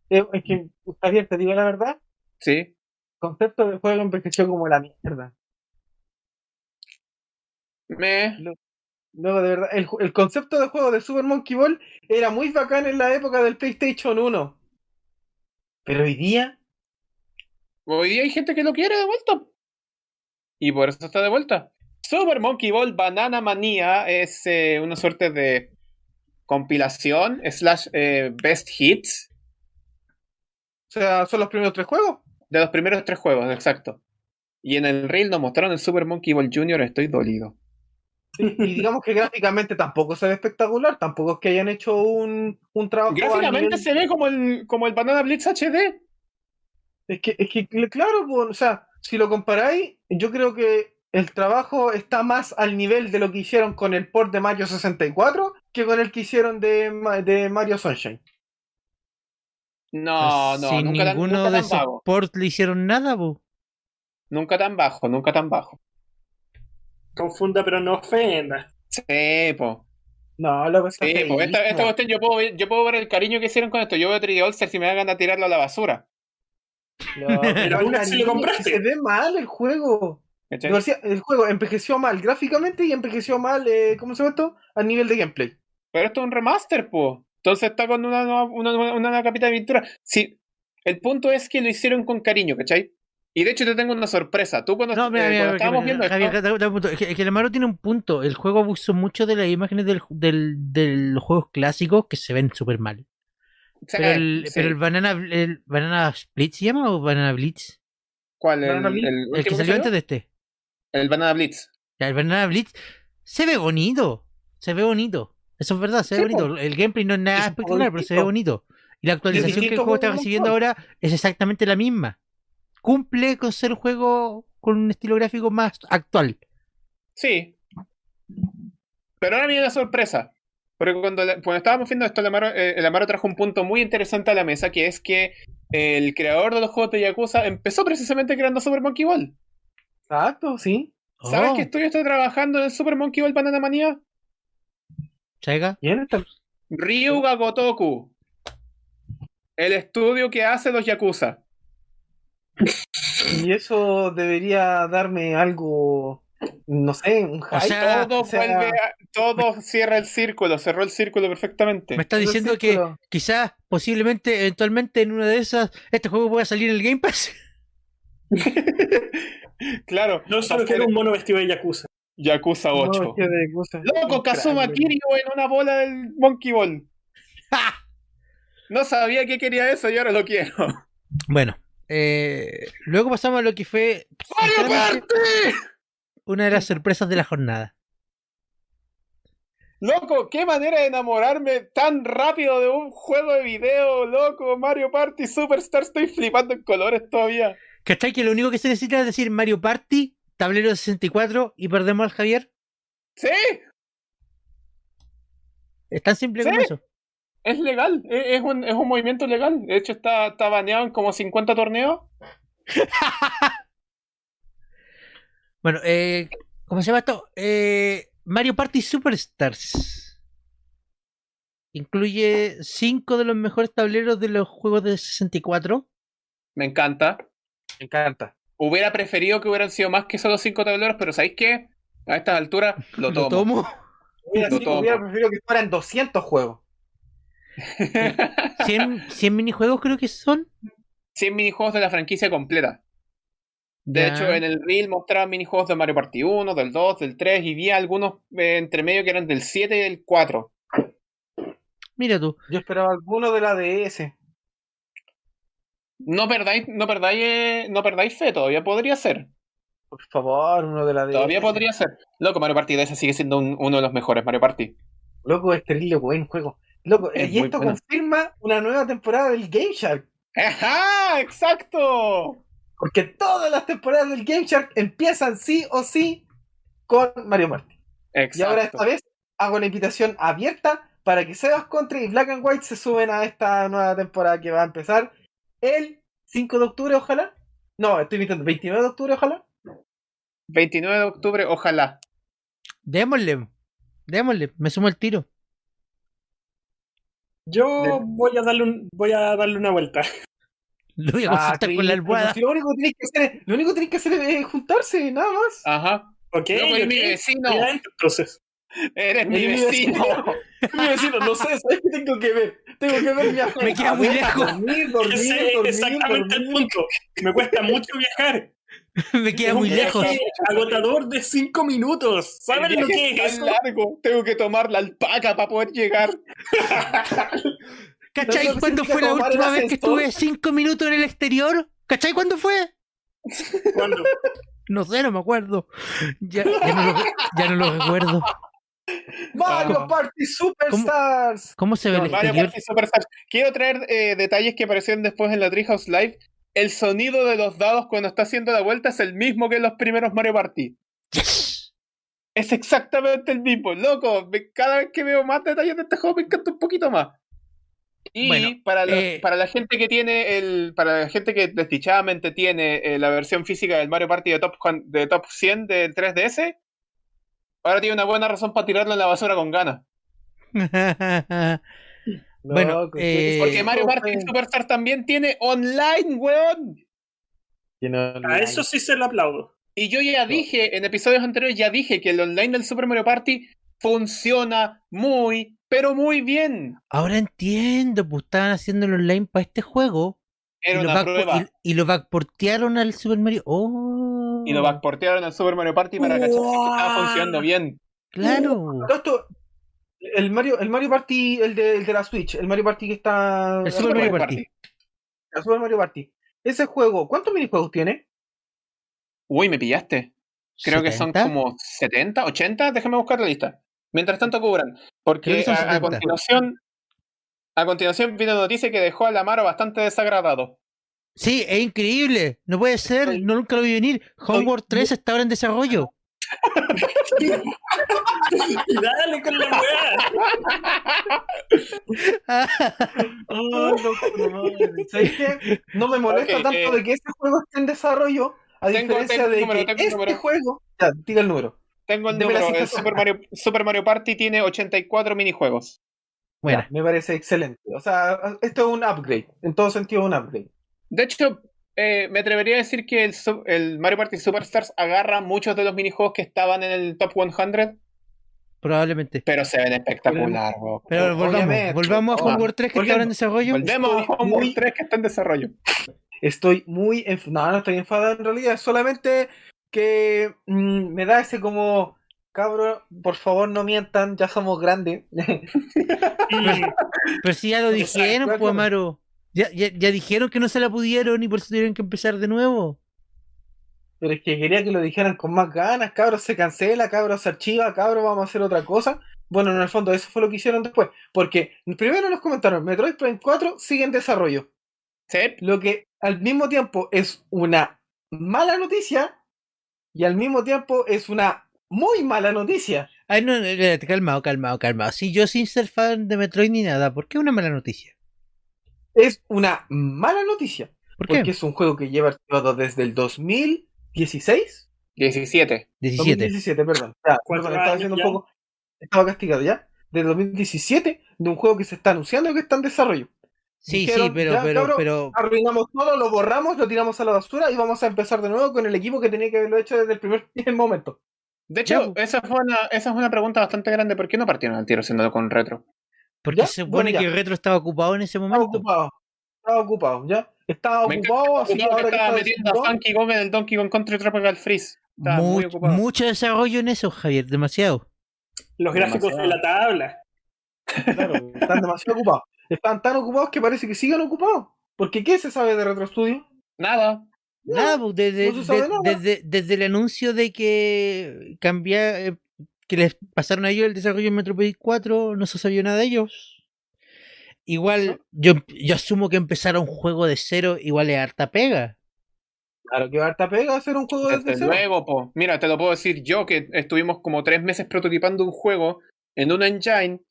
Es que, es que, Javier, te digo la verdad, Sí. el concepto del juego envejeció como la mierda. Me. No, de verdad, el, ju- el concepto de juego de Super Monkey Ball era muy bacán en la época del PlayStation 1. Pero hoy día, Hoy día hay gente que lo quiere de vuelta. Y por eso está de vuelta. Super Monkey Ball Banana Manía es eh, una suerte de compilación slash eh, best hits o sea, son los primeros <laughs> tres juegos. de los primeros tres juegos, exacto. Y en el reel nos mostraron el Super Monkey Ball Jr. Estoy dolido. Y digamos que gráficamente tampoco se ve espectacular, tampoco es que hayan hecho un, un trabajo. a Gráficamente nivel- se ve como el, como el Banana Blitz HD. Es que, es que, cl- claro, po, o sea, si lo comparáis, yo creo que el trabajo está más al nivel de lo que hicieron con el port de Mario 64 que con el que hicieron de, Ma- de Mario Sunshine. No, no, Pues Sin nunca tan, ninguno nunca de tan esos bajo. ports le hicieron nada, bu. Nunca tan bajo, nunca tan bajo. Confunda, pero no ofenda. Sí, po. No, lo que Sí, pues esta, esta cuestión yo puedo, ver, yo puedo ver el cariño que hicieron con esto. Yo veo 3D All-Stars y me dan ganas de tirarlo a la basura. <laughs> Pero aún así lo compraste. Se ve mal el juego. ¿cachai? Lo que decía, el juego envejeció mal gráficamente y envejeció mal, eh, ¿cómo se llama esto? Al nivel de gameplay. Pero esto es un remaster, po. Entonces está con una nueva, una, nueva- una nueva capita de pintura. Sí, el punto es que lo hicieron con cariño, ¿cachai? Y de hecho te tengo una sorpresa. Tú cuando, No, mira, eh, mira, cuando mira, estábamos mira, viendo esto- Javier, dame un punto. Es que- es que el Amaro tiene un punto. El juego abusó mucho de las imágenes del, del, de los juegos clásicos que se ven súper mal. Sí, Pero el, sí. pero el Banana el Banana Split se llama o Banana Blitz? ¿Cuál? El, Banana el, Blitz. El que último salió antes de este. El Banana Blitz. Ya, el Banana Blitz se ve bonito. Se ve bonito. Eso es verdad, se ve Sí, bonito. El gameplay no es nada Es un juego espectacular, pero se ve bonito. Y la actualización que el distinto juego juego está de recibiendo ahora es exactamente la misma. Cumple con ser un juego con un estilo gráfico más actual. Sí. Pero ahora viene la sorpresa. Porque cuando, la- cuando estábamos viendo esto, el Amaro, eh, el Amaro trajo un punto muy interesante a la mesa, que es que el creador de los juegos de Yakuza empezó precisamente creando Super Monkey Ball. Exacto, sí. ¿Sabes Oh, qué estudio está trabajando en el Super Monkey Ball Banana Manía? Sega. ¿Quién está? Ryuga Gotoku. El estudio que hace los Yakuza. Y eso debería darme algo, no sé, un hype. O sea, todo o sea- vuelve a- todo cierra el círculo, cerró el círculo perfectamente. Me está diciendo que Círculo. quizás, posiblemente, eventualmente en una de esas, este juego pueda salir en el Game Pass. <laughs> <laughs> Claro, No solo que era un mono vestido de Yakuza. Yakuza No, 8. qué de cosa. Loco, Un Kazuma crack, Kiryu en una bola del Monkey Ball. ¡Ja! No sabía que quería eso y ahora lo quiero. Bueno, eh, luego pasamos a lo que fue sinceramente, una de las sorpresas de la jornada. Loco, qué manera de enamorarme tan rápido de un juego de video, loco. Mario Party Superstar, estoy flipando en colores todavía. ¿Cachai? Que lo único que se necesita es decir Mario Party, tablero 64 y perdemos al Javier. Sí, Es tan simple Sí. como eso. es legal, e- es un, es un movimiento legal. De hecho, está, está baneado en como 50 torneos. Bueno, eh, ¿cómo se llama esto? Eh, Mario Party Superstars. Incluye 5 de los mejores tableros de los juegos de 64. Me encanta. Me encanta. Hubiera preferido que hubieran sido más que solo 5 tableros, pero ¿sabéis qué? A estas alturas lo tomo. Lo tomo. Mira, Lo sí, tomo. hubiera preferido que fueran 200 juegos. <laughs> 100, 100 minijuegos creo que son. 100 minijuegos de la franquicia completa. De Ya. hecho, en el reel mostraban minijuegos de Mario Party 1, del 2, del 3 y vi algunos eh, entre medio que eran del 7 y del 4. Mira tú. Yo esperaba alguno de la DS. No perdáis, no perdáis, eh, no perdáis fe, todavía podría ser. Por favor, uno de la DS. Todavía podría ser. Loco, Mario Party DS sigue siendo un- uno de los mejores Mario Party. Loco, es terrible buen juego. Loco, Es y muy esto bueno. confirma una nueva temporada del Game Shark. ¡Ajá! ¡Exacto! Porque todas las temporadas del Game Shark empiezan sí o sí con Mario Party. Exacto. Y ahora esta vez hago la invitación abierta para que Sebas Country y Black and White se suben a esta nueva temporada que va a empezar el 5 de octubre, ojalá. No, estoy invitando 29 de octubre, ojalá. 29 de octubre, ojalá. Démosle. Démosle. Me sumo al tiro. Yo De- voy a darle un, voy a darle una vuelta. Lo voy a Ah, consultar con la Cristo, almohada. pues, si lo único que tenéis que hacer, es- lo único que tenéis que hacer es eh, juntarse, nada más. Ajá. ¿Ok? Loco, eres ok, mi vecino. ya adentro, entonces. Eres mi Ah, Mi vecino. <laughs> Mi vecino, no sé, ¿sabes qué tengo que ver? Tengo que ver mi abuela. Me queda muy lejos. <laughs> Dormir, dormir, Ese es dormir, exactamente el dormir. punto. Me cuesta mucho viajar. Me queda muy un lejos. eh, viaje agotador de 5 minutos. ¿Saben El lo viaje que es tan eso? largo. Tengo que tomar la alpaca para poder llegar. ¿Cachai? Lo que ¿Cuándo significa fue la tomar el última vez que ascensor? estuve cinco minutos en el exterior? ¿Cachai? ¿Cuándo fue? ¿Cuándo? No sé, no me acuerdo. Ya, ya no, lo, ya no lo recuerdo. Mario ¿Cómo? Party Superstars. ¿Cómo se ve el No, Mario exterior? Party Superstar. Quiero traer eh, detalles que aparecieron después en la Treehouse Live. El sonido de los dados cuando está haciendo la vuelta es el mismo que en los primeros Mario Party. Yes. Es exactamente el mismo, loco. me- cada vez que veo más detalles de este juego me encanta un poquito más. Y Bueno, para, la, eh, para la gente que tiene el, para la gente que desdichadamente tiene eh, la versión física del Mario Party de Top, Juan- de Top 100 del 3DS, ahora tiene una buena razón para tirarlo en la basura con ganas. Bueno, Loco, eh, Porque Sí, Mario Open. Party Superstar también tiene online, weón. A eso sí se lo aplaudo. <laughs> Y yo ya dije, en episodios anteriores ya dije que el online del Super Mario Party funciona muy, pero muy bien. <laughs> Ahora entiendo, pues estaban haciendo el online para este juego. Era y, lo una back- prueba. y- y lo backportearon al Super Mario. Oh, Y lo backportearon al Super Mario Party para cachar si es que estaba funcionando bien. Claro. Todo esto, el Mario, el Mario Party, el de, el de la Switch, el Mario Party que está. El Super Mario Party. el Super Mario Party. Ese juego, ¿cuántos minijuegos tiene? Uy, me pillaste. Creo que son 70. como 70, 80. Déjame buscar la lista. Mientras tanto cubran. Creo Porque que son a, a 70. continuación... A continuación viene una noticia que dejó a Lamaro bastante desagradado. Sí, es increíble. No puede ser. Estoy- Ah, no nunca lo vi venir. Homeworld 3 está ahora en desarrollo. Y dale con la weá. Oh, loco, madre. ¿Sabes qué? No me molesta Ok, tanto eh. de que ese juego esté en desarrollo, a Tengo- tengo diferencia el de número, que tengo el este número. juego. Ya, diga el número. Tengo el Deme la número. eh, cifra. Super Mario, Super Mario Party tiene 84 minijuegos. Bueno, Ya, me parece excelente. O sea, esto es un upgrade. En todo sentido, un upgrade. De hecho, eh, me atrevería a decir que el, su- el Mario Party Superstars agarra muchos de los minijuegos que estaban en el Top 100, probablemente. pero se ven espectacular. weón. Pero volvamos, obviamente, volvamos a obvio. Homeworld 3 que está Volviendo. ahora en desarrollo. Volvemos a estoy Homeworld muy- 3 que está en desarrollo. Estoy muy enfadado. No, no estoy enfadado en realidad. es Solamente que mm, me da ese como. Cabro, por favor no mientan, ya somos grandes. Y- Pero si <laughs> ya lo Porque saben dijeron, cuál pues, es. Amaro. Ya, ya, ya dijeron que no se la pudieron y por eso tuvieron que empezar de nuevo. Pero es que quería que lo dijeran con más ganas, cabros se cancela, cabros se archiva, cabros vamos a hacer otra cosa. Bueno, en el fondo eso fue lo que hicieron después. Porque primero nos comentaron, Metroid Prime 4 sigue en desarrollo. Sí, Lo que al mismo tiempo es una mala noticia y al mismo tiempo es una muy mala noticia. Ay, no, no, espérate, calmado, calmado, calmado. Si yo sin ser fan de Metroid ni nada, ¿por qué una mala noticia? Es una mala noticia. ¿Por qué? Porque es un juego que lleva archivado desde el 2016. 17. 17. 2017, perdón. Ya, Cuatro perdón, estaba años haciendo ya. un poco. Estaba castigado ya. De 2017, de un juego que se está anunciando que está en desarrollo. Sí, sí, Dijeron, pero, ya, pero, cabrón, pero, Arruinamos todo, lo borramos, lo tiramos a la basura y vamos a empezar de nuevo con el equipo que tenía que haberlo hecho desde el primer <laughs> momento. De Ya, hecho, pues. esa, fue una, esa es una pregunta bastante grande. ¿Por qué no partieron al tiro haciéndolo con retro? porque ya, se bueno, supone ya. que Retro estaba ocupado en ese Estaba momento. ocupado. Estaba ocupado, ¿ya? Estaba Me ocupado, así que Ocupado que ahora que estaba está metiendo a diciendo, Funky Gómez del Donkey Kong Country Tropical Freeze. Estaba Mu- muy ocupado. mucho desarrollo en eso, Javier, demasiado. Los gráficos de la tabla. claro, están demasiado ocupados. Están tan ocupados que parece que siguen ocupados. Porque ¿qué se sabe de Retro Studio? Nada. Nada, pues, desde, no se sabe de- nada. desde, desde el anuncio de que cambia, eh, que les pasaron a ellos el desarrollo en Metropolis 4, no se sabía nada de ellos. Igual, yo, yo asumo que empezar un juego de cero igual es harta pega. Claro que harta pega hacer un juego desde Desde cero. luego, po. Mira, te lo puedo decir yo que estuvimos como tres meses prototipando un juego en un engine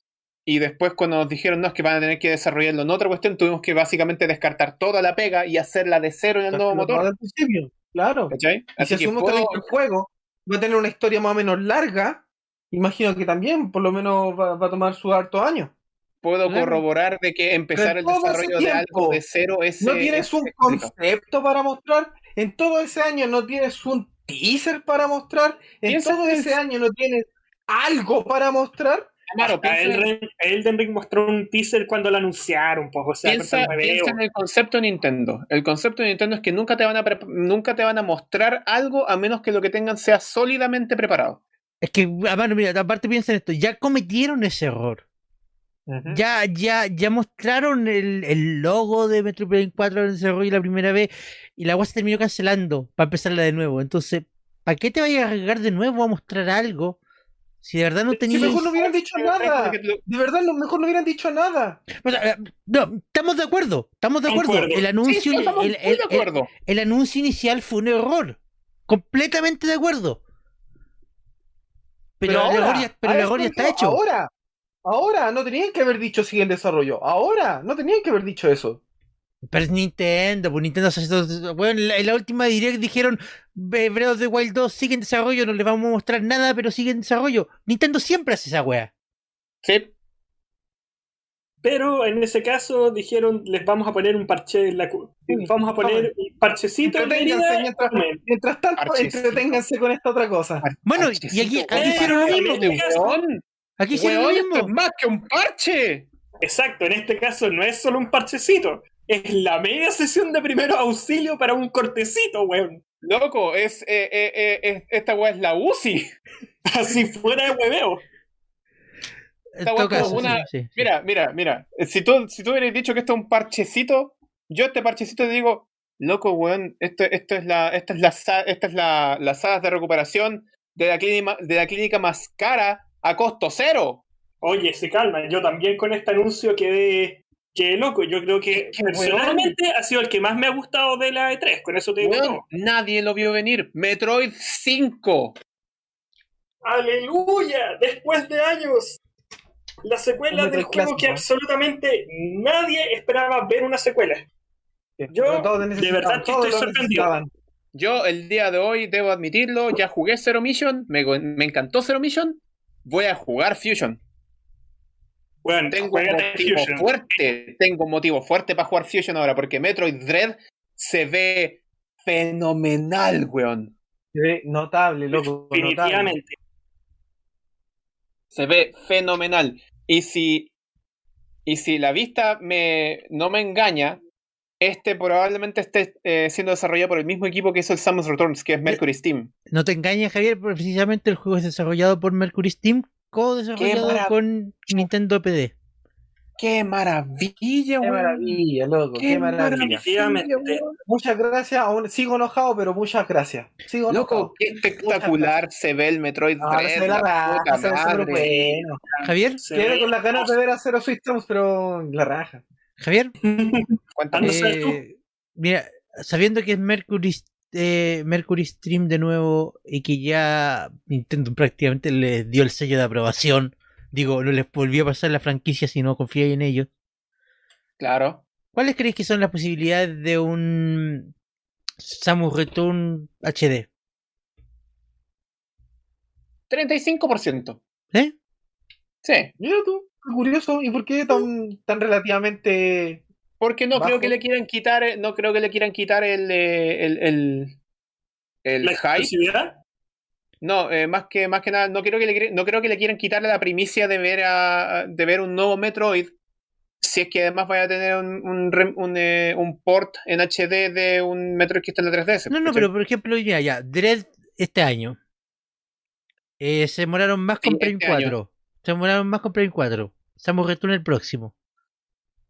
y después cuando nos dijeron no, es que van a tener que desarrollarlo en otra cuestión, tuvimos que básicamente descartar toda la pega y hacerla de cero en el nuevo Lo- lo- motor. al principio, Claro. ¿Cachai? Y Así si que asumo puedo- también que el juego va a tener una historia más o menos larga, imagino que también, por lo menos, va, va a tomar sus hartos años. puedo Claro. corroborar de que empezar Pero el todo ese desarrollo de algo tiempo, de cero es... No eh, tienes es un complicado. concepto para mostrar, en todo ese año no tienes un teaser para mostrar, en Piensa todo que ese es- año no tienes algo para mostrar. Claro, A piensa- Elden, Elden Ring mostró un teaser cuando lo anunciaron, pues, o sea, Piensa, pero me piensa veo. en el concepto de Nintendo. El concepto de Nintendo es que nunca te van a pre- nunca te van a mostrar algo a menos que lo que tengan sea sólidamente preparado. Es que, además, mira, aparte piensa en esto, ya cometieron ese error. Ya, ya, ya mostraron el, el logo de Metropolis 4 en desarrollo la primera vez y la agua se terminó cancelando para empezarla de nuevo. Entonces, ¿para qué te vayas a arriesgar de nuevo a mostrar algo? Si de verdad no Si tenías. mejor no hubieran dicho nada, Porque lo- de verdad, no, mejor no hubieran dicho nada. O sea, eh, no, estamos de acuerdo, estamos de acuerdo. Concuerdo. El Sí, anuncio, sí, estamos el, muy el- de acuerdo. el- el anuncio inicial fue un error. Completamente de acuerdo. Pero, el error ahora, ya, pero el a error ya eso está digo, hecho. Ahora, ahora, no tenían que haber dicho sigue en desarrollo. Ahora, no tenían que haber dicho eso. Pero es Nintendo, pues Nintendo hace esto- Bueno, en la, en la última direct dijeron "Be- Breath of the Wild 2 sigue en desarrollo, no les vamos a mostrar nada, pero sigue en desarrollo. Nintendo siempre hace esa wea. Sí. Pero en ese caso dijeron, les vamos a poner un parche en la cu- Sí, Vamos a poner un parchecito en Entreténganse Mérida. mientras- Tomen. Mientras tanto, Parchecito. entreténganse con esta otra cosa. Bueno, y aquí- aquí hicieron lo mismo, pues. Weón, Aquí hicieron weón, lo esto es mismo. más que un parche. Exacto, en este caso no es solo un parchecito, es la media sesión de primeros auxilio para un cortecito, weón. <laughs> Loco, es, eh, eh, eh, es- esta weá es la UCI. Así fuera de hueveo. En Esta todo wea caso, como una- sí, sí. Mira, mira, mira. Si tú, si tú hubieras dicho que esto es un parchecito, yo este parchecito te digo, loco, weón, esto, esto es la, esta es la, sa- esta es la, las salas de recuperación de la clínica, de la clínica más cara a costo cero. Oye, se calma, yo también con este anuncio quedé, quedé loco. Yo creo que Es que, personalmente ha sido el que más me ha gustado de la E3, con eso te digo Weón, todo. nadie lo vio venir. Metroid 5. ¡Aleluya! Después de años, la secuela Hombre, del qué juego que clásico. absolutamente nadie esperaba ver una secuela. Yo, Pero todos de necesitaban, verdad que todos estoy lo sorprendido. necesitaban. Yo el día de hoy, debo admitirlo, ya jugué Zero Mission, me, go- me encantó Zero Mission, voy a jugar Fusion. Bueno, Tengo un juégate motivo Fusion. fuerte, tengo un motivo fuerte para jugar Fusion ahora, porque Metroid Dread se ve fenomenal, weón. Se ve Notable, loco. Notable. Definitivamente. Se ve fenomenal. Y si, y si la vista me, no me engaña, este probablemente esté eh, siendo desarrollado por el mismo equipo que hizo el Samus Returns, que es Mercury Steam. No te engañes, Javier, porque precisamente el juego es desarrollado por Mercury Steam, Qué co-desarrollado marav- con Nintendo PD. ¡Qué maravilla, Qué weón! maravilla, loco. Qué, ¡Qué maravilla. Eh, maravilla, Definitivamente. weón! Muchas gracias. aún sigo enojado, pero muchas gracias. Sigo Loco, enojado. qué espectacular se ve el Metroid Ah, se 3. ve la la raja, puta se ve súper madre. bueno. Javier, Se Quedé ve con las ganas de ver a Zero Suit Trunks, pero la raja. Javier, <laughs> Cuéntame. Ando a ser tú. eh, mira, sabiendo que es Mercury, eh, Mercury Stream de nuevo y que ya Nintendo prácticamente les dio el sello de aprobación, digo, no les volvió a pasar la franquicia si no confía en ellos. Claro. ¿Cuáles creéis que son las posibilidades de un Samus Return HD? 35%. ¿Eh? Sí. Mira tú, qué curioso. ¿Y por qué tan, tan relativamente Porque no Bajo. creo que le quieran quitar, eh, no creo que le quieran quitar el eh, el, el, el la hype. exclusividad. No, eh, más que más que nada, no creo que le quie- no creo que le quieran quitar la primicia de ver a, de ver un nuevo Metroid. Si es que además vaya a tener un, un, rem- un, eh, un port en HD de un Metroid que está en la 3DS. No, no, ¿cachai? pero por ejemplo, ya, ya, Dread este año. Eh, se demoraron más Sí, con Prime este año. 4. Se demoraron más con Prime 4. Samus Return el próximo.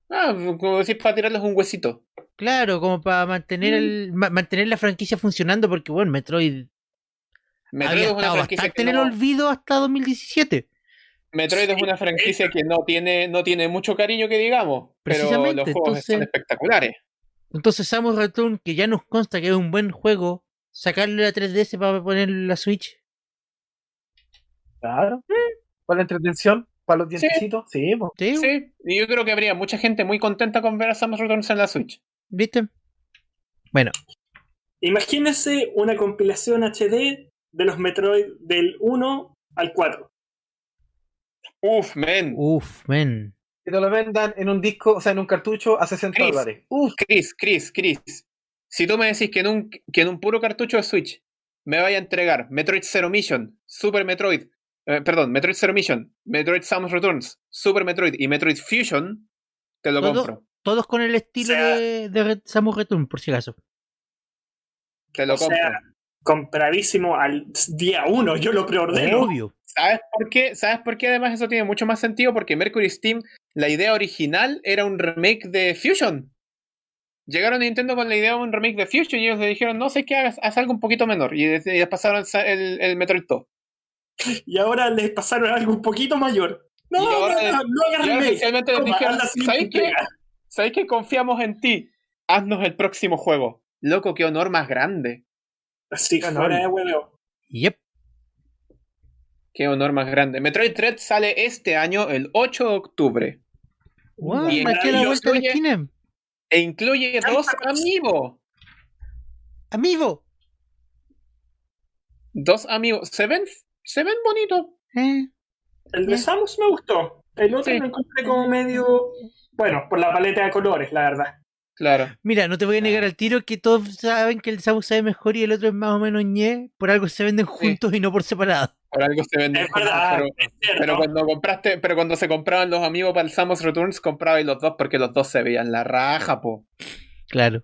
Ah, como decís, para tirarles un huesito. Claro, como para mantener Mm. el, ma- mantener la franquicia funcionando, porque bueno, Metroid Metroid había es una estado franquicia bastante que en el no- olvido hasta 2017. Metroid es una franquicia que no tiene, no tiene mucho cariño que digamos, pero los Precisamente, juegos entonces- son espectaculares. Entonces Samus Return, que ya nos consta que es un buen juego, sacarle la 3DS para poner la Switch. Claro. ¿Para la entretención? ¿Para los dientecitos? Sí, po. ¿Sí? Sí, y yo creo que habría mucha gente muy contenta con ver a Samus Returns en la Switch. ¿Viste? Imagínense una compilación HD de los Metroid del 1 al 4. Uf, men. Uf, men. Que te lo vendan en un disco, o sea, en un cartucho a 60 Chris. dólares. Uf, Chris, Chris, Chris. Si tú me decís que en un, que en un puro cartucho de Switch me vaya a entregar Metroid Zero Mission, Super Metroid, eh, perdón, Metroid Zero Mission, Metroid Samus Returns, Super Metroid y Metroid Fusion, te lo Todo- compro. Todos con el estilo O sea- de, de Red- Samus Return, por si acaso. Te lo o sea, compro. Compradísimo al día 1, yo lo preordeno. Obvio. ¿Sabes por qué? ¿Sabes por qué además eso tiene mucho más sentido? Porque Mercury Steam, la idea original era un remake de Fusion. Llegaron a Nintendo con la idea de un remake de Fusion y ellos le dijeron, no sé qué hagas, haz algo un poquito menor. Y, des- y les pasaron sa- el, el Metroid 2. Y ahora les pasaron algo un poquito mayor. No, Y ahora no, no, no Y hagas ahora remake. oficialmente les Toma, dijeron, haz la siguiente ¿sabes qué? entrega". ¿Sabes qué? Confiamos en ti. Haznos el próximo juego. Loco, qué honor más grande. Así, Ah, no, fuera no. de hueveo. Yep. Qué honor más grande. Metroid Dread sale este año, el 8 de octubre. Wow, Y marqué la maravilloso, vuelta a la oye. esquina. E incluye dos amigos. Amigo. Dos amigos. Se ven, se ven bonitos. Eh, El de Samus me gustó. El otro Sí. lo encontré como medio. Bueno, por la paleta de colores, la verdad. Claro. Mira, no te voy a negar al tiro que todos saben que el Samus sabe mejor y el otro es más o menos ñe. Por algo se venden juntos y no por separado. Por algo se venden Es juntos, verdad, pero, es cierto. pero cuando compraste, pero cuando se compraban los amigos para el Samus Returns, comprabais los dos porque los dos se veían la raja, po. Claro.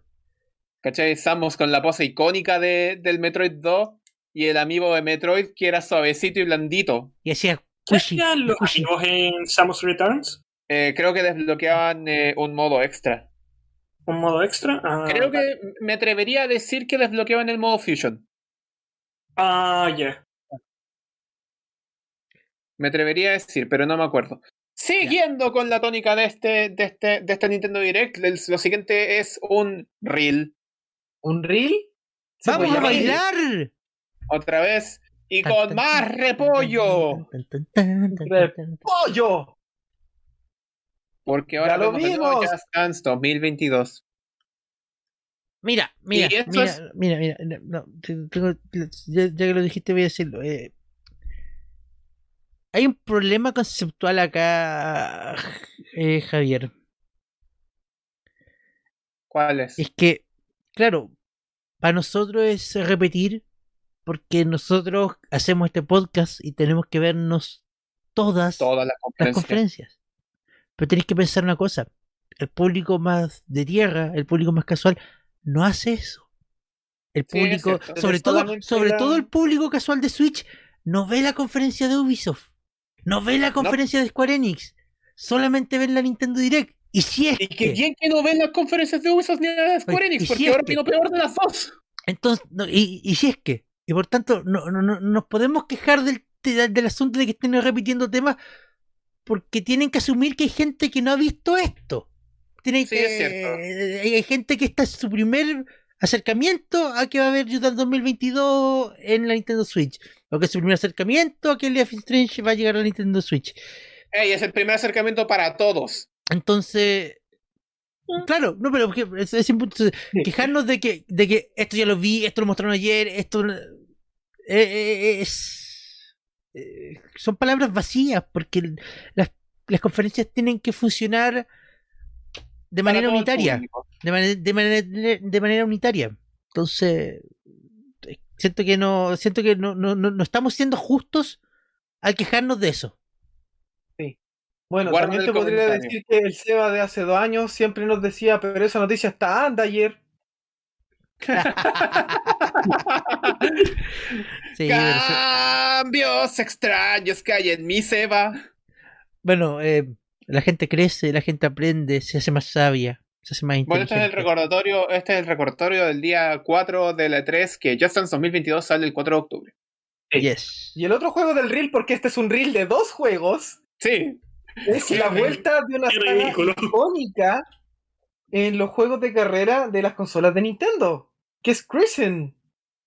¿Cachai? Samus con la pose icónica de, del Metroid 2 y el amigo de Metroid que era suavecito y blandito. Y hacía ¿Qué pushy. hacían los pushy. amigos en Samus Returns? Eh, creo que desbloqueaban eh, un modo extra. ¿Un modo extra? Ah, Creo que me atrevería a decir que desbloqueaban el modo Fusion. Ah, ya. Me atrevería a decir, pero no me acuerdo. Siguiendo con la tónica de este, de este, de este Nintendo Direct, el- lo siguiente es un reel ¿Un reel? Sí, ¡Vamos pues, a ya- Oye, bailar! otra vez. Y con más repollo. ¡Pollo! Porque ¡Ya ahora lo vemos de nuevo vimos! Just Dance 2022. Mira, mira, Y esto mira, es- mira, mira, no, te- tengo- ya, ya que lo dijiste voy a decirlo. eh. Hay un problema conceptual acá, eh, Javier. ¿Cuál es? Es que, claro, para nosotros es repetir, porque nosotros hacemos este podcast y tenemos que vernos todas Toda la las conferencia. conferencias. Pero tenéis que pensar una cosa, el público más de tierra, el público más casual, no hace eso. El Sí, es público, cierto, sobre es todo, solamente sobre la- todo el público casual de Switch, no ve la conferencia de Ubisoft, no ve la conferencia de Square Enix, solamente ve la Nintendo Direct. Y si es ¿Y que- que, quién que no ve las conferencias de Ubisoft ni las de Square Oye, Enix? y Porque si ahora es que- vino peor de las dos. Entonces, no, y, y si es que, y por tanto, no, no, no- nos podemos quejar del, te- del asunto de que estén repitiendo temas porque tienen que asumir que hay gente que no ha visto esto. Tienen Sí, que, eh, es cierto. Hay hay gente que está en su primer acercamiento a que va a haber Yutan 2022 en la Nintendo Switch. O que es su primer acercamiento a que Life is Strange va a llegar a la Nintendo Switch. Ey, es el primer acercamiento para todos. Entonces, Ah. claro, no, pero porque es, es impu- quejarnos de que, de que esto ya lo vi, esto lo mostraron ayer, esto eh, eh, es eh, son palabras vacías porque el- las, las conferencias tienen que funcionar de Para manera todo el unitaria, público. de, manera- de manera de manera unitaria. Entonces, eh, siento que no siento que no, no, no, no estamos siendo justos al quejarnos de eso. Bueno, Guarda también el te podría comentario. decir que el Seba de hace dos años siempre nos decía, pero esa noticia está anda ayer. Sí, pero sí. Cambios extraños que hay en mi Seba. Bueno, eh, la gente crece, la gente aprende, se hace más sabia, se hace más Bueno, inteligente. este es el recordatorio, este es el recordatorio del día 4 de la 3 que Just Dance 2022 sale el 4 de octubre. Yes. Y el otro juego del reel, porque este es un reel de dos juegos, Sí. es <laughs> Qué la ridículo. vuelta de una Qué saga ridículo. icónica en los juegos de carrera de las consolas de Nintendo, que es Crescent.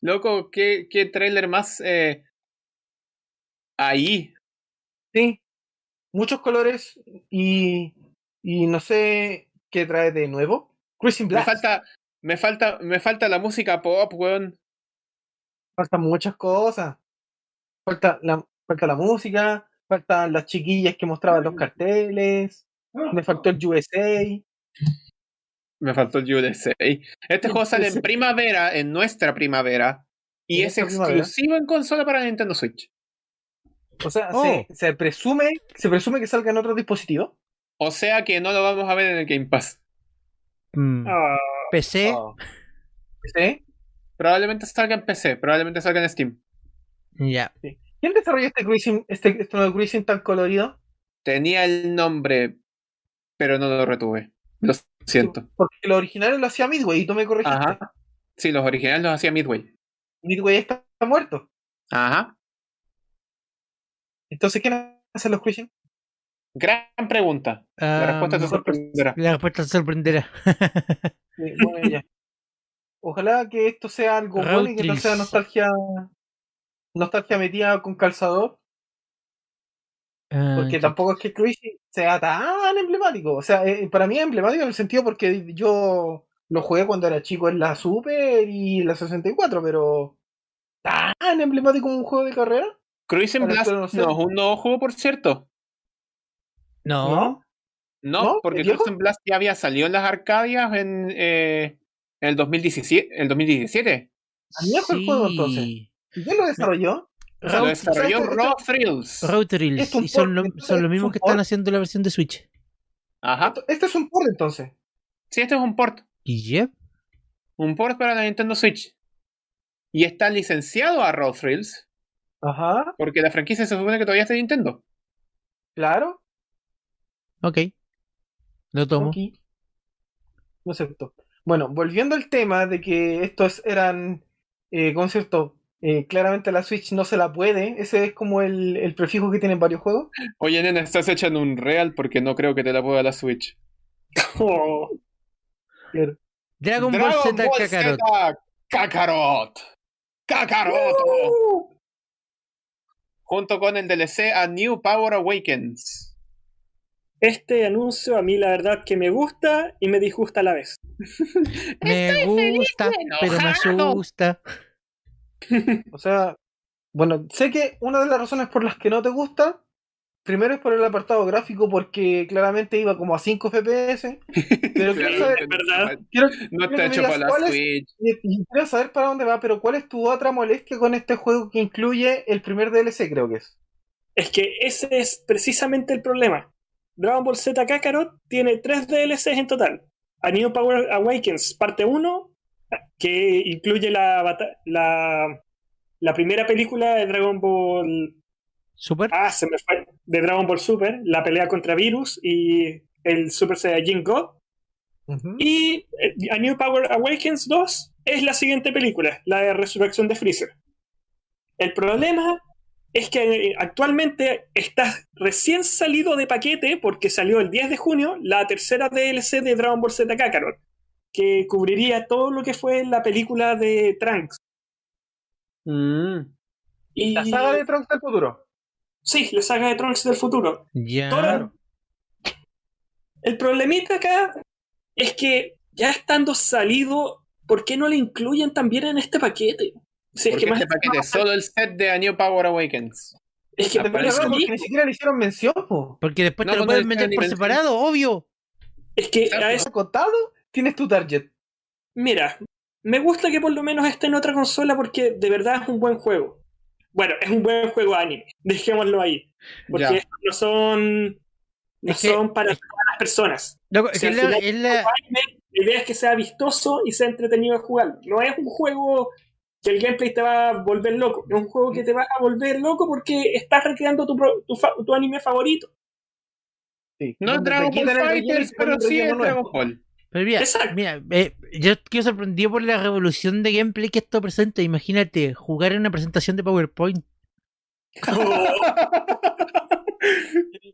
Loco, qué, qué trailer más eh, ahí. Sí. Muchos colores y, y no sé qué trae de nuevo. Crescent Me Black. falta, me falta, me falta la música pop, weón. faltan muchas cosas. Falta la, falta la música, faltan las chiquillas que mostraban los carteles, me faltó el USA. Me faltó el USA. Este juego sale <laughs> en primavera, en nuestra primavera, y En es nuestra primavera. exclusivo en consola para Nintendo Switch. O sea, Oh. se, se presume, se presume que salga en otro dispositivo. O sea que no lo vamos a ver en el Game Pass. Mm, Ah, PC, Oh. ¿Sí? Probablemente salga en PC, probablemente salga en Steam. ya. ¿Quién desarrolló este cruising, este, este nuevo cruising tan colorido? Tenía el nombre, pero no lo retuve. Lo siento. Porque los originales lo hacía Midway y tú me corregiste. Ajá. Sí, los originales los hacía Midway. Midway está muerto. Ajá. Entonces, ¿quién hace los cruising? Gran pregunta. La respuesta te Ah, sorprenderá. la respuesta te sorprenderá. <laughs> Sí, Eh, bueno, ya. Ojalá que esto sea algo bueno y que no Roadtris. sea nostalgia nostalgia metida con calzador, Ah, porque tampoco es que Cruising sea tan emblemático. O sea, eh, para mí es emblemático en el sentido porque yo lo jugué cuando era chico en la Super y la 64, pero tan emblemático como un juego de carrera. Cruising Para Blast esto no no es sé. un nuevo juego, por cierto. no, ¿No? No, ¿No? porque ¿El viejo? Cruising Blast ya había salido en las Arcadias en eh, el 2017. El 2017. ¿A mí fue el juego, entonces? sí. ¿Y quién lo desarrolló? lo Road, desarrolló esto- Raw Thrills. Road Reels, esto es un y son, port, lo, entonces son es los un mismos que están port. haciendo la versión de Switch. Ajá. Este es un port entonces. Sí, este es un port. Yep. Un port para la Nintendo Switch. Y está licenciado a Raw Thrills. Ajá, Porque la franquicia se supone que todavía está en Nintendo. claro. Ok. Lo tomo. Ok. No acepto. Bueno, volviendo al tema de que estos eran eh, ¿cómo es cierto? Eh, claramente la Switch no se la puede. Ese es como el, el prefijo que tienen varios juegos. Oye, nena, estás echando un real porque no creo que te la pueda la Switch. oh. Claro. Dragon, Ball Z Kakarot. Z Kakarot. Kakarot. junto con el DLC A New Power Awakens. Este anuncio a mí la verdad que me gusta y me disgusta a la vez. Me gusta, pero me enojado. asusta. O sea, bueno, sé que una de las razones por las que no te gusta, primero es por el apartado gráfico, porque claramente iba como a 5 FPS. Pero quiero saber, es verdad. quiero- No quiero está que hecho me digas para la cuál es- Switch. y- y quiero saber para dónde va, pero ¿cuál es tu otra molestia con este juego que incluye el primer DLC, creo que es? Es que ese es precisamente el problema. Dragon Ball Z Kakarot tiene tres DLCs en total. A New Power Awakens, parte 1, que incluye la, bata- la, la primera película de Dragon Ball... Super. Ah, se me fue. De Dragon Ball Super, la pelea contra Virus y el Super Saiyajin God. Y eh, A New Power Awakens 2 es la siguiente película, la de Resurrección de Freezer. El problema es que eh, actualmente está recién salido de paquete porque salió el 10 de junio la tercera DLC de Dragon Ball Z Kakarot, que cubriría todo lo que fue la película de Trunks. Mm. Y, La saga de Trunks del futuro. Sí, la saga de Trunks del futuro. Ya. Ahora, El problemita acá es que ya estando salido, ¿por qué no le incluyen también en este paquete? Si es Porque que más, este paquete es solo el set de A New Power Awakens. es que Te Aparece es raro lo porque mismo. ni siquiera le hicieron mención, po. Porque después No, te lo no pueden está vender a por nivel separado, obvio. Es que Claro, a pues. eso- Acotado, tienes tu target. mira, me gusta que por lo menos esté en otra consola porque de verdad es un buen juego. Bueno, es un buen juego anime, <laughs> dejémoslo ahí. Porque Ya. estos no son, no Es que- son para todas las personas. Loco, Sí, que al es la- final- es la- La idea es que sea vistoso y sea entretenido de jugar. No es un juego que el gameplay te va a volver loco. Es un juego que te va a volver loco porque estás recreando tu, pro- tu, fa- tu anime favorito. Sí. No es Donde te Dragon Ball quitan el relleno y Fighters, te ponen pero sí es relleno nuevo. Dragon <laughs> Ball. Pero mira, Exacto. mira, eh, yo quedo sorprendido por la revolución de gameplay que esto presenta. Imagínate jugar en una presentación de PowerPoint.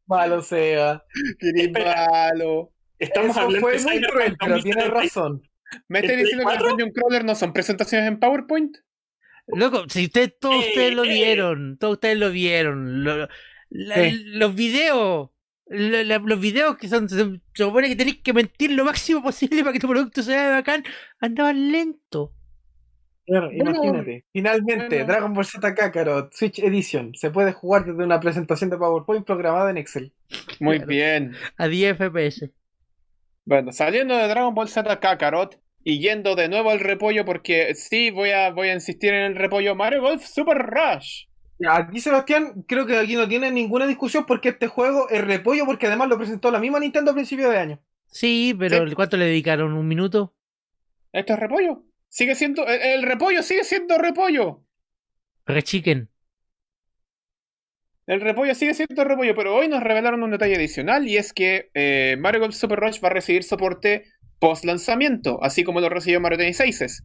Malo sea. Kirin Espera. malo. <laughs> Estamos Eso hablando fue de muy Cyberpunk cruel, pero 2077. tienes razón. ¿Me ¿El estás Play diciendo que los cuatro? Dungeon Crawler no son presentaciones en PowerPoint? Loco, si ustedes, todos Eh, ustedes lo eh. vieron, todos ustedes lo vieron. lo- la- Sí. Los videos, lo- la- los videos que son, se, se supone que tenés que mentir lo máximo posible para que tu producto sea bacán, andaban lento. Claro, imagínate. Finalmente, Bueno. Dragon Ball Z Kakarot Switch Edition se puede jugar desde una presentación de PowerPoint programada en Excel. Muy Claro. bien. A 10 FPS. Bueno, saliendo de Dragon Ball Z Kakarot y yendo de nuevo al repollo, porque sí, voy a, voy a insistir en el repollo Mario Golf Super Rush. Aquí, Sebastián, creo que aquí no tiene ninguna discusión porque este juego es repollo porque además lo presentó la misma Nintendo a principio de año. Sí, pero ¿cuánto le dedicaron? ¿Un minuto? ¿Esto es repollo? Sigue siendo. El, el repollo sigue siendo repollo. Rechiquen. El repollo sigue siendo repollo, pero hoy nos revelaron un detalle adicional y es que eh, Mario Golf Super Rush va a recibir soporte post lanzamiento, así como lo recibió Mario Tennis 6.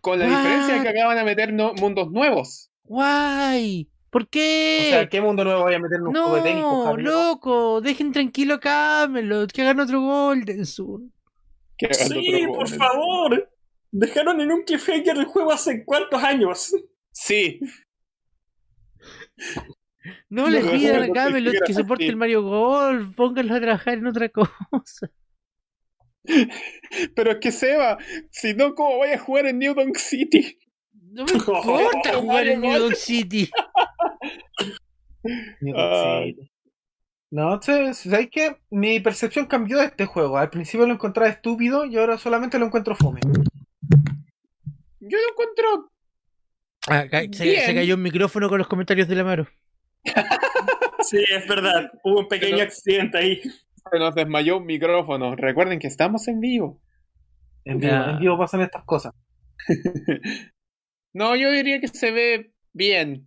Con la What? diferencia Ah. de que acaban de meter no- mundos nuevos. ¡Guay! ¿Por qué? O sea, ¿qué mundo nuevo voy a meter en un juego de tenis? po, No, Javier? loco, dejen tranquilo a Camelot, que hagan otro Golden Sun. Que Sí, otro- por favor. Dejaron en un cliffhanger el juego hace cuántos años. Sí, No les No, pidan a no, Camelot siquiera que soporte así. el Mario Golf, pónganlo a trabajar en otra cosa. Pero es que Seba, si no, ¿cómo voy a jugar en New Donk City? No me importa jugar en New York City. <laughs> Ni Ah. Rocksteady. No, sé, ¿sabes qué? Mi percepción cambió de este juego. Al principio lo encontraba estúpido y ahora solamente lo encuentro fome. Yo lo encuentro. Ah, ca- se, Bien. se cayó un micrófono con los comentarios de la mano. Sí, es verdad. Hubo un pequeño Pero- accidente ahí. Se nos desmayó un micrófono. Recuerden que estamos en vivo. En vivo, Ya. en vivo pasan estas cosas. No, yo diría que se ve bien.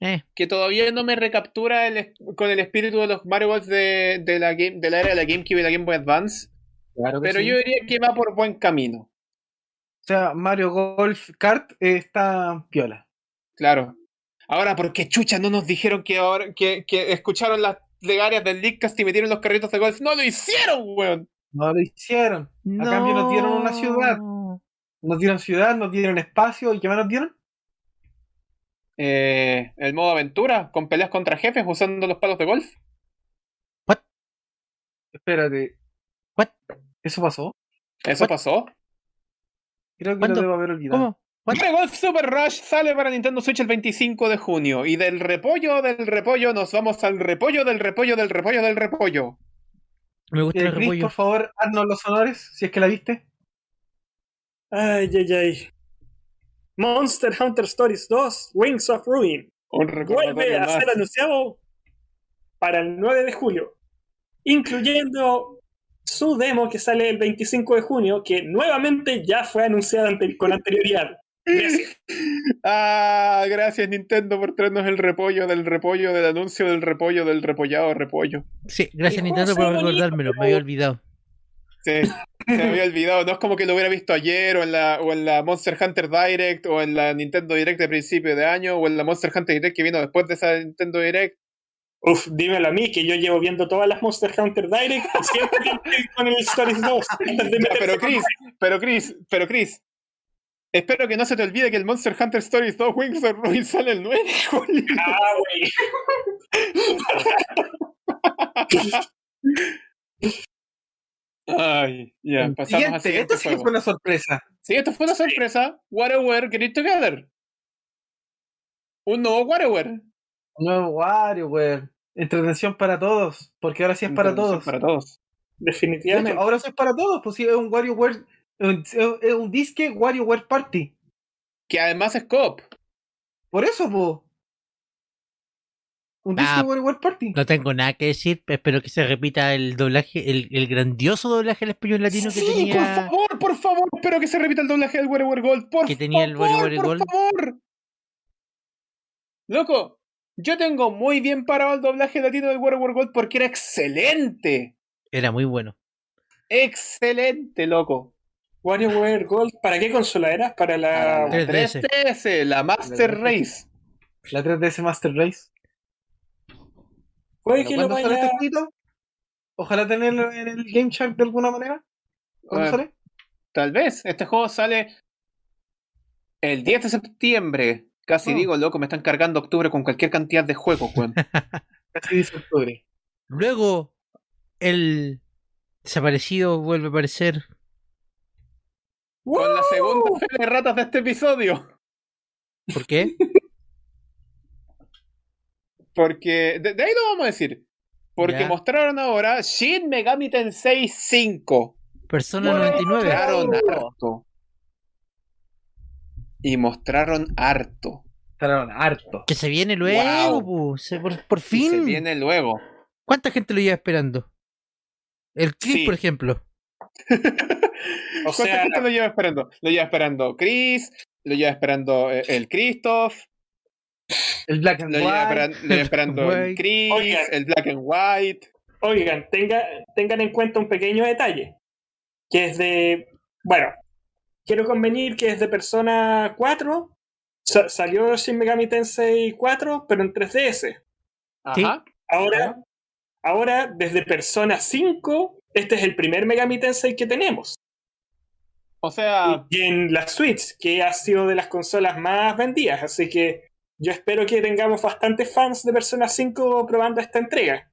Eh. Que todavía no me recaptura el es- con el espíritu de los Mario Bros. de, de la game, de la era de la GameCube y la Game Boy Advance. Claro Pues Pero yo diría que va por buen camino. O sea, Mario Golf Kart eh, está piola. Claro. Ahora, ¿por qué chucha no nos dijeron que ahora que, que escucharon las plegarias del Leadcast y metieron los carritos de golf? ¡No lo hicieron, weón! No lo hicieron. No. cambio nos dieron una ciudad. Nos dieron ciudad, nos dieron espacio. ¿Y qué más nos dieron? eh, el modo aventura con peleas contra jefes usando los palos de golf. Espérate. What? ¿Eso pasó? Eso What? pasó. Creo que ¿Cuándo? lo debo haber olvidado. ¿Cómo? What? Mario Golf Super Rush sale para Nintendo Switch el 25 de junio. Y del repollo del repollo nos vamos al repollo del repollo del repollo del repollo. Me gusta Eh, el Chris, repollo. por favor, haznos los honores, si es que la viste. Ay, ay, ay. Monster Hunter Stories 2, Wings of Ruin. Un Vuelve recordatorio a más. ser anunciado para el 9 de julio. Incluyendo su demo que sale el 25 de junio, que nuevamente ya fue anunciada ante- con anterioridad. Gracias. Ah, gracias Nintendo por traernos el repollo del repollo del anuncio del repollo del repollado repollo. Sí, gracias El juego Nintendo se ve por bonito, recordármelo, pero- me había olvidado. Sí, se me <laughs> había olvidado. No es como que lo hubiera visto ayer o en, la, o en la Monster Hunter Direct o en la Nintendo Direct de principio de año o en la Monster Hunter Direct que vino después de esa Nintendo Direct. Uf, dímelo a mí, que yo llevo viendo todas las Monster Hunter Direct <laughs> y siempre estoy con el Stories 2. antes de Ya, meterse Ah, pero con- Chris, pero Chris, pero Chris. Espero que no se te olvide que el Monster Hunter Stories 2 Wings of Ruin sale el 9 de julio. Ah, güey. Ah, <laughs> Ay, ya, pasamos al Siguiente, siguiente esta sí que juego. fue una sorpresa. Sí, esto fue una sorpresa. WarioWare Get It Together. Un nuevo WarioWare. Nuevo WarioWare. Entretención para todos, porque ahora sí es para Entonces, todos. Para todos. De hecho, Definitivamente. ahora sí es para todos, pues sí, es un WarioWare, es un- es un disque WarioWare Party. Que además es Coop. Por eso, po. Un disque Ah, WarioWare Party. No tengo nada que decir, espero que se repita el doblaje, el, el grandioso doblaje al español latino Sí, que por tenía. favor, por favor. Espero que se repita el doblaje del WarioWare Gold. Por Que tenía el favor, WarioWare por Gold. favor. Loco, yo tengo muy bien parado el doblaje latino del WarioWare Gold porque era excelente. Era muy bueno. Excelente, loco. WarioWare Gold, ¿para qué consola era? Para Ah, la. Para 3DS. 3DS, la Master Race. La 3DS Master Race. Puede Bueno, que lo ¿Cuándo sale vaya. este jueguito? Ojalá tenerlo en el Game Shark de alguna manera. ¿Cuándo Ah. sale? Tal vez. Este juego sale el 10 de septiembre. Casi Oh. digo, loco, me están cargando octubre con cualquier cantidad de juegos, <laughs> weón. Casi dice octubre. Luego, el desaparecido vuelve a aparecer. con la segunda fe de ratas de este episodio. ¿Por <laughs> qué? Porque, de, de ahí lo vamos a decir. Porque Ya. mostraron ahora Shin Megami Tensei 5. Persona Bueno, 99. Mostraron harto. Y mostraron harto. Estarán harto. Que se viene luego, Wow. pu, se- por, por Y fin. se viene luego. ¿Cuánta gente lo lleva esperando? El clip, Sí. por ejemplo. O ¿Cuánta sea, gente lo lleva esperando? Lo lleva esperando Chris, lo lleva esperando eh, el Christoph, El Black and Lo lleva White. esperan- lo lleva esperando el White. Chris, Oigan. el Black and White. oigan, tenga- tengan en cuenta un pequeño detalle. Que es de. Bueno, quiero convenir que es de Persona 4. sa- salió Shin Megami Tensei 4, pero en 3DS. Sí. Ajá. Ahora, ahora, desde Persona 5, este es el primer Megami Tensei que tenemos. O sea, y en la Switch, que ha sido de las consolas más vendidas. Así que yo espero que tengamos bastantes fans de Persona 5 probando esta entrega.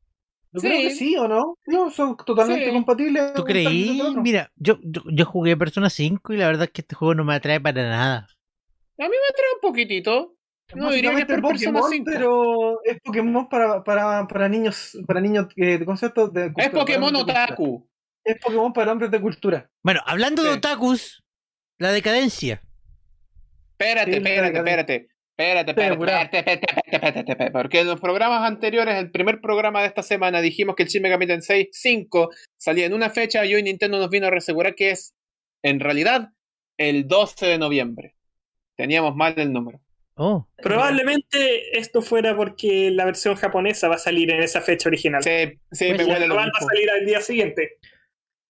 Yo creo Sí. que sí o no. No, son totalmente Sí. compatibles. ¿Tú un también creí? con el otro. Mira, yo, yo, yo jugué Persona 5 y la verdad es que este juego no me atrae para nada. trae un poquitito. No diría que es Básicamente por Persona Pokémon, 5. pero es Pokémon para, para, para niños, para niños eh, de concepto de Es para Pokémon hombres de cultura. Otaku. Es Pokémon para hombres de cultura. Bueno, hablando de Sí. otakus, la decadencia. Espérate, Sí, espérate, la- espérate. Espérate, Sí, espérate, apurado. espérate, espérate, espérate, espérate, espérate, Porque en los programas anteriores, el primer programa de esta semana, dijimos que el Shin Megami Tensei 5 salía en una fecha y hoy Nintendo nos vino a asegurar que es, en realidad, el 12 de noviembre. Teníamos mal el número. Oh, Probablemente esto fuera porque la versión japonesa va a salir en esa fecha original. Sí, sí, Pues me Y la huele lo global va mismo. a salir al día siguiente.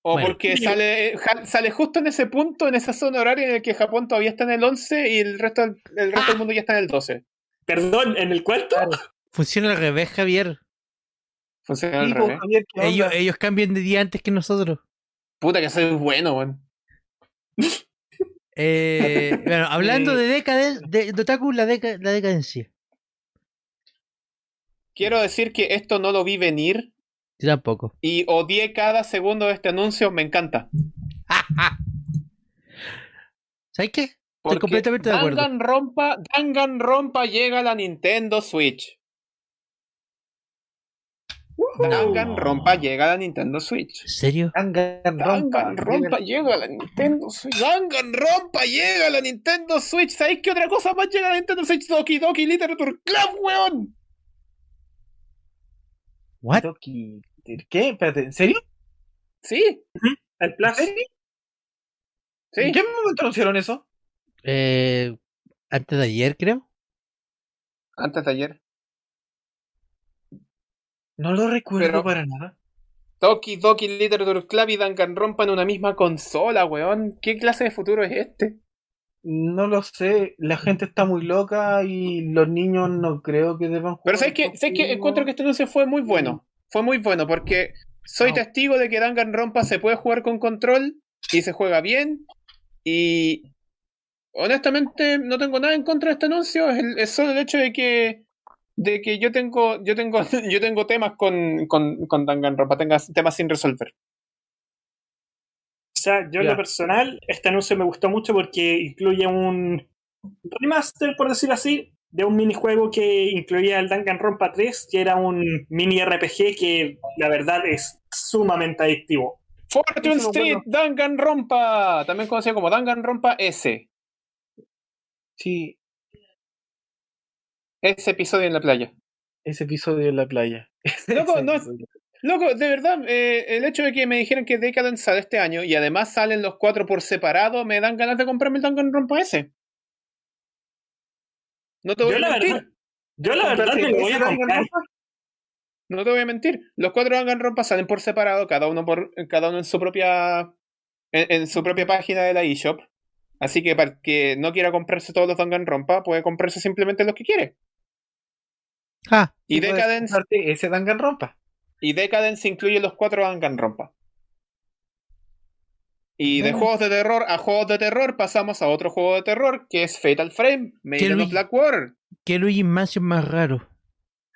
O Bueno. porque Sí. sale, eh, ja- sale justo en ese punto, en esa zona horaria en el que Japón todavía está en el 11 y el resto, del- el Ah. resto del mundo ya está en el 12. Perdón, ¿en el cuarto? funciona al revés, Javier. Funciona al Tipo, revés. pues. Javier, ¿qué onda? Ellos, ellos cambian de día antes que nosotros. Puta que soy bueno, weón. Eh, bueno, hablando de decadencia, de, de Otaku, la, deca- la decadencia. Quiero decir que esto no lo vi venir Yo tampoco. y odié cada segundo de este anuncio, me encanta. ¿Sabes qué? Porque completamente de acuerdo. Danganronpa, Danganronpa llega a la Nintendo Switch. Danganronpa llega a la Nintendo Switch. ¿En serio? Danganronpa. Danganronpa llega a la Nintendo Switch. Danganronpa llega a la Nintendo Switch. ¿Sabéis qué otra cosa más llega a la Nintendo Switch? Doki Doki Literature Club, weón. ¿What? Doki- ¿Qué? Espérate, ¿en serio? Sí, El Plus. ¿En serio? sí. ¿En qué momento anunciaron eso? Eh, antes de ayer, creo. Antes de ayer. No lo recuerdo Pero- para nada. Doki Doki Literature Club y Danganronpa en una misma consola, weón. ¿Qué clase de futuro es este? No lo sé, la gente está muy loca y los niños no creo que deban jugar. Pero sabes que, estos sabes que juegos. encuentro que este anuncio fue muy bueno. Fue muy bueno porque soy Au. testigo de que Danganronpa se puede jugar con control y se juega bien. Y honestamente no tengo nada en contra de este anuncio. Es, el- es solo el hecho de que de que yo tengo yo tengo <laughs> yo tengo temas con con, con Danganronpa, tengo temas sin resolver. O sea, yo en Ya. lo personal, este anuncio me gustó mucho porque incluye un remaster, por decirlo así, de un minijuego que incluía el Danganronpa 3, que era un mini RPG que la verdad es sumamente adictivo. Fortune Eso es Street bueno. Danganronpa, también conocido como Danganronpa S. Sí, Ese episodio en la playa. ese episodio en la playa. <laughs> Loco, Ese no- episodio. Loco, de verdad, eh, el hecho de que me dijeran que Decadent sale este año y además salen los cuatro por separado, me dan ganas de comprarme el Danganronpa ese. No te voy Yo a la mentir, verdad, yo la verdad me lo voy a ¿Ese comprar. Danganronpa? no te voy a mentir. Los cuatro Danganronpa salen por separado, cada uno por cada uno en su propia en, en su propia página de la eShop. Así que para el que no quiera comprarse todos los Danganronpa, puede comprarse simplemente los que quiere. Ah, Y puedes Decadence, comprarte Ese Danganronpa. y Decadence incluye los cuatro Danganronpa. Y de Bueno. juegos de terror a juegos de terror pasamos a otro juego de terror que es Fatal Frame, Made in Luigi- Black War. qué Luigi Mansion más raro.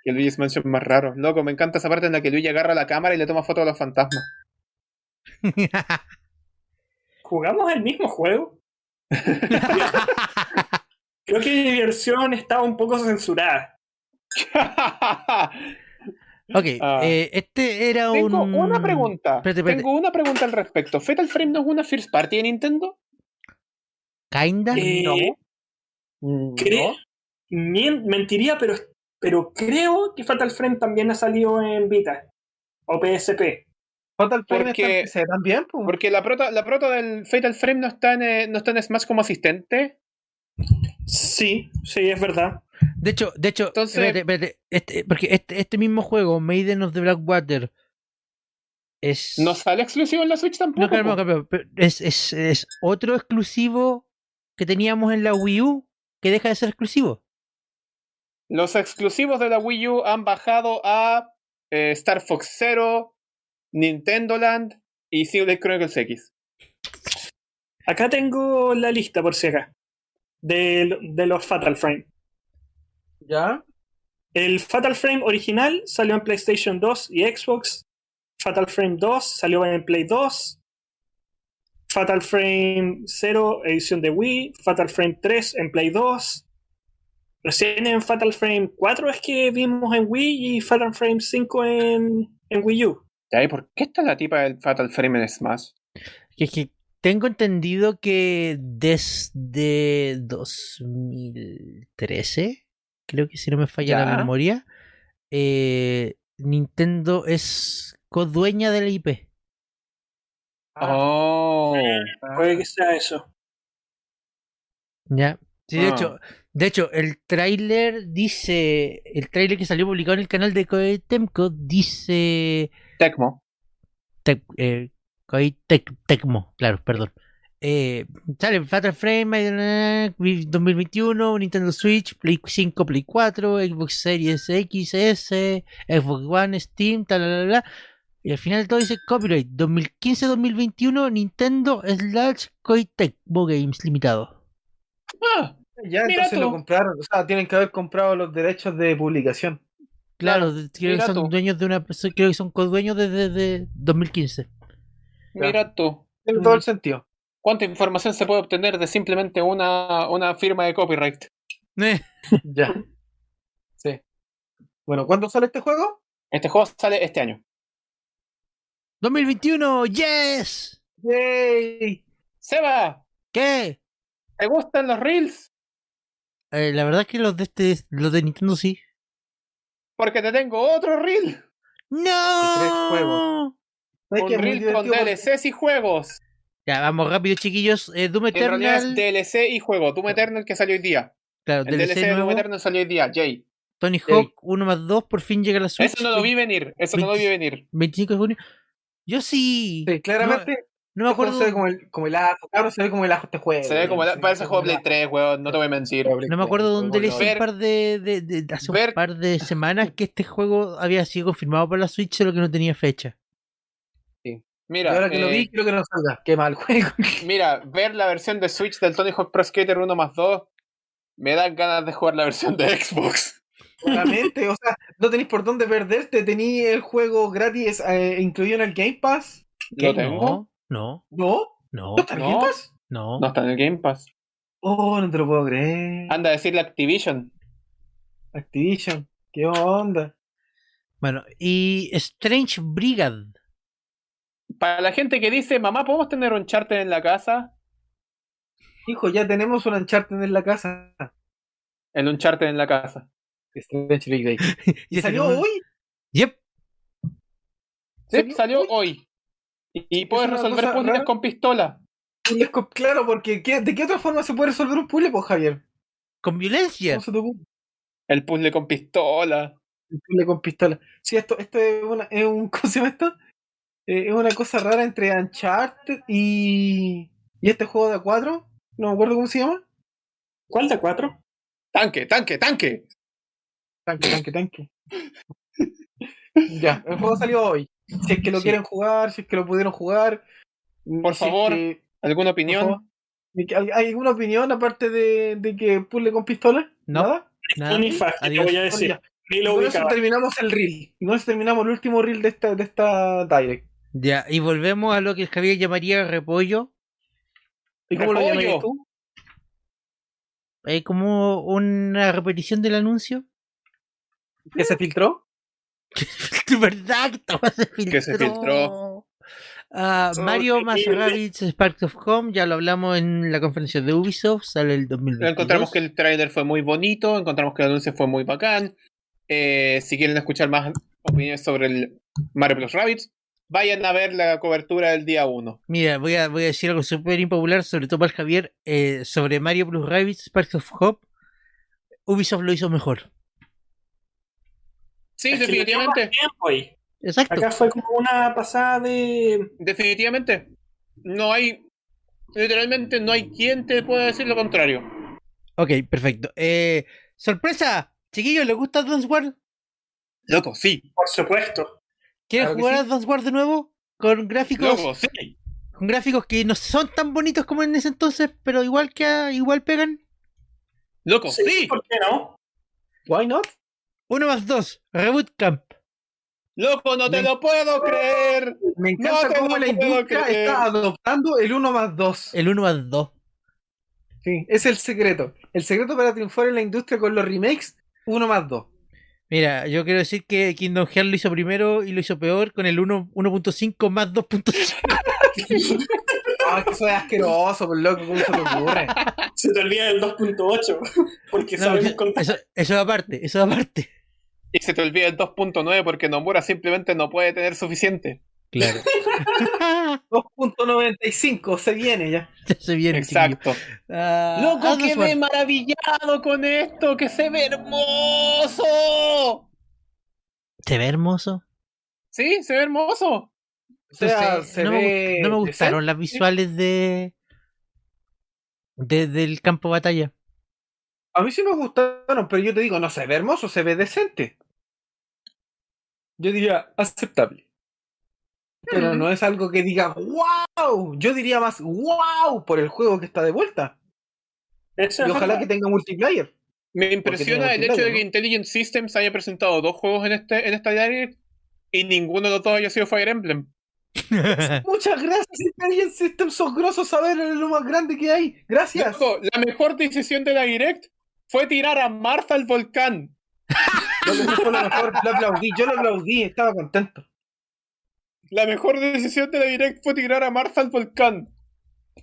Que Luigi's Mansion es más raro. Loco, me encanta esa parte en la que Luigi agarra la cámara y le toma fotos a los fantasmas. <laughs> ¿Jugamos el mismo <laughs> juego? Creo que mi versión estaba un poco censurada. ok, Ah. eh, este era Tengo un. una pregunta. Espérate, espérate. Tengo una pregunta al respecto. ¿Fatal Frame no es una first party de Nintendo? Kinda. Eh, No. Mm. Creo, mien- mentiría, pero, pero creo que Fatal Frame también ha salido en Vita o PSP. Fatal Frame Porque- está en PC también, pues. Porque la prota, la prota del Fatal Frame no está en, eh, no está en Smash como asistente. Sí, sí, es verdad. De hecho, de hecho, Entonces- espérate, espérate, este, porque este, este mismo juego, Maiden of the Blackwater, es. No sale exclusivo en la Switch tampoco. No, claro, po. no, claro, pero es, es, es otro exclusivo que teníamos en la Wii U que deja de ser exclusivo. Los exclusivos de la Wii U han bajado a eh, Star Fox Zero, Nintendo Land y Xenoblade Chronicles X. Acá tengo la lista, por si acá, de, de los Fatal Frame. ¿Ya? El Fatal Frame original salió en PlayStation 2 y Xbox. Fatal Frame 2 salió en Play 2. Fatal Frame 0, edición de Wii. Fatal Frame 3 en Play 2. Recién en Fatal Frame 4 es que vimos en Wii y Fatal Frame 5 en, en Wii U. Ya, ¿y por qué está la tipa del Fatal Frame en Smash? Que, que tengo entendido que desde 2013, creo que si no me falla la Ya. memoria, eh, Nintendo es codueña de la IP. Ah. Oh. Puede que sea eso. ¿Ya? Sí, de Ah. hecho, de hecho, el tráiler dice, el tráiler que salió publicado en el canal de Koei Temco dice Tecmo. Tec- eh, Koei Tec- Tecmo, claro, perdón. Eh, sale Fatal Frame Maiden, eh, 2021, Nintendo Switch, Play 5, Play 4, Xbox Series X, S, Xbox One, Steam, tal, tal, tal, tal. Y al final todo dice copyright 2015-2021 Nintendo slash Koei Tecmo Games Limitado. Ah, Ya, Mira entonces lo tú. compraron. O sea, tienen que haber comprado los derechos de publicación. Claro, Claro, creo que mira son tú. dueños de una son- creo que son codueños desde desde 2015. mira tú. En Mm. todo el sentido. ¿Cuánta información se puede obtener de simplemente una, una firma de copyright? <laughs> Ya. Sí. Bueno, ¿cuándo sale este juego? Este juego sale este año. 2021, yes. ¡Yay! Seba, ¿Qué? ¿te gustan los reels? Eh, la verdad es que los de este los de Nintendo sí. Porque te tengo otro reel. No. ¿Sabes Un qué? Es muy reel con divertido porque- DLCs y juegos. Ya vamos rápido, chiquillos. Eh, Doom En realidad Eternal. es DLC y juego. Doom Eternal que salió hoy día. Claro, El DLC DLC, de Doom nuevo. Eternal salió hoy día, Jay. Tony Hawk 1 más 2 por fin llega a la Switch. Eso no lo vi venir. Eso no lo vi venir. 25 de junio. Yo sí. Sí, claramente No me este juego acuerdo. se ve como el, como el ajo, cabrón, se ve como el ajo este juego. Se ve como weón, la- se parece juego de Play como el 3, weón. No te voy a mentir. ajo. No me acuerdo Play dónde tres, leí weón, hace un Ver- par de, de- de- hace un ver- par de semanas que este juego había sido confirmado por la Switch, solo que no tenía fecha. Y Mira, ahora que lo eh, vi, creo que no salga. Qué <laughs> mal juego. mira, ver la versión de Switch del Tony Hawk Pro Skater 1 más 2 me dan ganas de jugar la versión de Xbox. Claramente, o sea, no tenéis por dónde perderte. Tení el juego gratis eh, incluido en el Game Pass. ¿Lo ¿Qué? tengo? No, ¿No? no, ¿No está en el No. Game Pass? <laughs> no, No está en el Game Pass. Oh, no te lo puedo creer. Anda a decirle Activision. Activision, qué onda. Bueno, y Strange Brigade. Para la gente que dice, mamá, ¿podemos tener un charter en la casa? Hijo, ya tenemos un Uncharted en la casa. El un charter en la casa. Strange Big Day. ¿Y Ya salió tenemos- hoy? Yep. Sí, ¿Salió salió hoy? hoy. Y, y Es puedes una resolver cosa puzzles rara. con pistola. Un esco- Claro, porque ¿qué- ¿de qué otra forma se puede resolver un puzzle, pues, Javier? Con violencia. ¿Cómo se te ocurre? El puzzle con pistola. Un puzzle con pistola. Sí, esto, esto es, una, es un. <laughs> ¿Cómo se llama esto? Eh, es una cosa rara entre Uncharted y. y este juego de A4. No me acuerdo cómo se llama. ¿Cuál de cuatro? Tanque, tanque, tanque. Tanque, tanque, tanque. ya, el juego salió hoy. Si es que lo Sí. quieren jugar, si es que lo pudieron jugar. Por si es favor. que- Mm, ¿Alguna favor. opinión? ¿Hay hay alguna opinión aparte de, de que puzzle con pistola? No. ¿Nada? Nada. Ni fácil, te Adiós. voy a Bueno, decir. ya. Ni Y Eh, lo con eso ubicaba. terminamos el reel. Y con eso terminamos el último reel de esta, de esta Direct. Ya, y volvemos a lo que Javier llamaría repollo. ¿Y cómo lo Repollo. llamarías tú? Es como una repetición del anuncio. <laughs> ¿Que se filtró? De verdad que esta weá se filtró. Que se filtró. Ah, Oh, Mario qué más horrible. Rabbids Sparks of Home, ya lo hablamos en la conferencia de Ubisoft, sale el 2022. Encontramos que el tráiler fue muy bonito, encontramos que el anuncio fue muy bacán. Eh, si quieren escuchar más opiniones sobre el Mario Plus Rabbids, vayan a ver la cobertura del día 1. Mira, voy a, voy a decir algo súper impopular, sobre todo para el Javier, eh, sobre Mario Plus Rabbids Sparks of Hope. Ubisoft lo hizo mejor. Sí, Es que le dio más definitivamente. tiempo ahí. Exacto. Acá fue como una pasada de. Definitivamente. No hay. Literalmente no hay quien te pueda decir lo contrario. Ok, perfecto. Eh, ¡Sorpresa! Chiquillos, ¿les gusta Advance Wars? Loco, sí. Por supuesto. ¿Quieren Claro que jugar a sí. Advance Wars de nuevo? Con gráficos Loco, sí. con gráficos que no son tan bonitos como en ese entonces, pero igual que igual pegan. Loco, sí. ¿Por qué no? ¿Why not? Uno más dos, Reboot Camp. Loco, no te lo puedo creer. Me No encanta te lo cómo la puedo industria creer. está adoptando el 1 más 2. El uno más dos. Sí, es el secreto. El secreto para triunfar en la industria con los remakes, 1 más 2. Mira, yo quiero decir que Kingdom Hearts lo hizo primero y lo hizo peor con el uno- 1.5 más 2.5. Ah, que eso es asqueroso, por loco, ¿cómo se te <laughs> ocurre? <laughs> Se te olvida el 2.8. Porque No, sabemos eso, contar. eso- eso aparte, eso aparte. <laughs> Y se te olvida el 2.9 porque Nomura simplemente no puede tener suficiente. Claro. 2.95, se viene ya. ya se viene. Exacto. chiquillo. Ah, Loco, Advance quedé Wars. maravillado con esto, que se ve hermoso. Se ve hermoso. Sí, se ve hermoso. O sea, No sé, se no, me, ve. gust- no me gustaron las visuales de, de del campo de batalla. <laughs> A mí sí me gustaron, pero yo te digo, no se ve hermoso, se ve decente. Yo diría aceptable. Mm. Pero no es algo que diga wow. Yo diría más wow por el juego que está de vuelta. Eso Y es ojalá otra. que tenga multiplayer. Me impresiona tiene el hecho de multiplayer, que ¿no? Intelligent Systems haya presentado dos juegos en este en esta Direct y ninguno de los dos haya sido Fire Emblem. Muchas gracias, Intelligent System. Sos grosos saber eres lo más grande que hay. Gracias. Loco, la mejor decisión de la Direct fue tirar a Martha al volcán. Lo que hizo fue lo mejor. Lo aplaudí. Yo lo aplaudí. Estaba contento. La mejor decisión de la Direct fue tirar a Martha al volcán.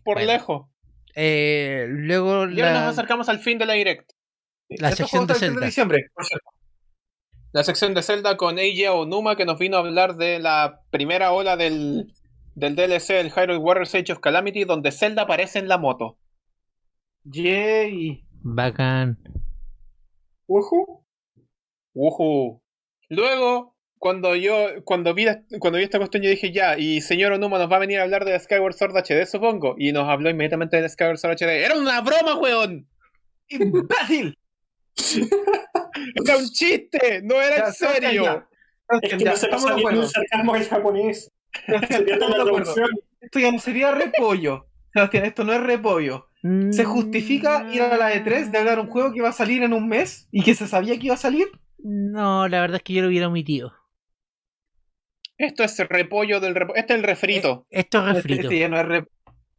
Por Bueno, lejos. Eh, luego Y ahora nos la, acercamos al fin de la Direct. la Estos sección juegos de están el 3 Zelda. diciembre, por cierto. La sección de Zelda con Eiji Onuma que nos vino a hablar de la primera ola del, del DLC del Hyrule Warriors Age of Calamity donde Zelda aparece en la moto. Yay. Bacán. <laughs> Ujú. Ujú. Luego, cuando yo cuando vi, la- cuando vi esta cuestión yo dije ya, y señor Onuma nos va a venir a hablar de Skyward Sword HD supongo, y nos habló inmediatamente de Skyward Sword HD. ¡Era una broma, weón! Imbécil. ¡Era <laughs> un chiste! ¡No era Ya, en serio! ya. Ya, Es que no se estamos de pasa bien acuerdo. un sarcasmo en japonés. Se pierde Estamos la de acuerdo. traducción. Esto ya no sería repollo. Sebastián, esto no es repollo. ¿Se justifica ir a la E3 de hablar un juego que va a salir en un mes y que se sabía que iba a salir? No, la verdad es que yo lo hubiera omitido. Esto es repollo del repollo. Este es el refrito. Eh, Esto es Este, refrito. este ya no es rep-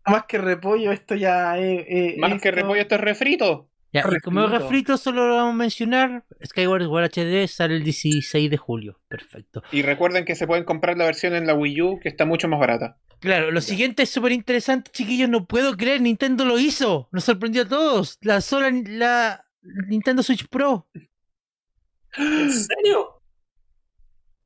Más que repollo, esto ya es. es- Más que Eh, esto- repollo, esto es refrito. Ya, y como es refrito. refrito solo lo vamos a mencionar, Skyward Sword HD sale el 16 de julio. Perfecto. Y recuerden que se pueden comprar la versión en la Wii U, que está mucho más barata. Claro, lo siguiente es súper interesante, chiquillos. No puedo creer, Nintendo lo hizo. Nos sorprendió a todos. La sola la Nintendo Switch Pro. ¿En serio?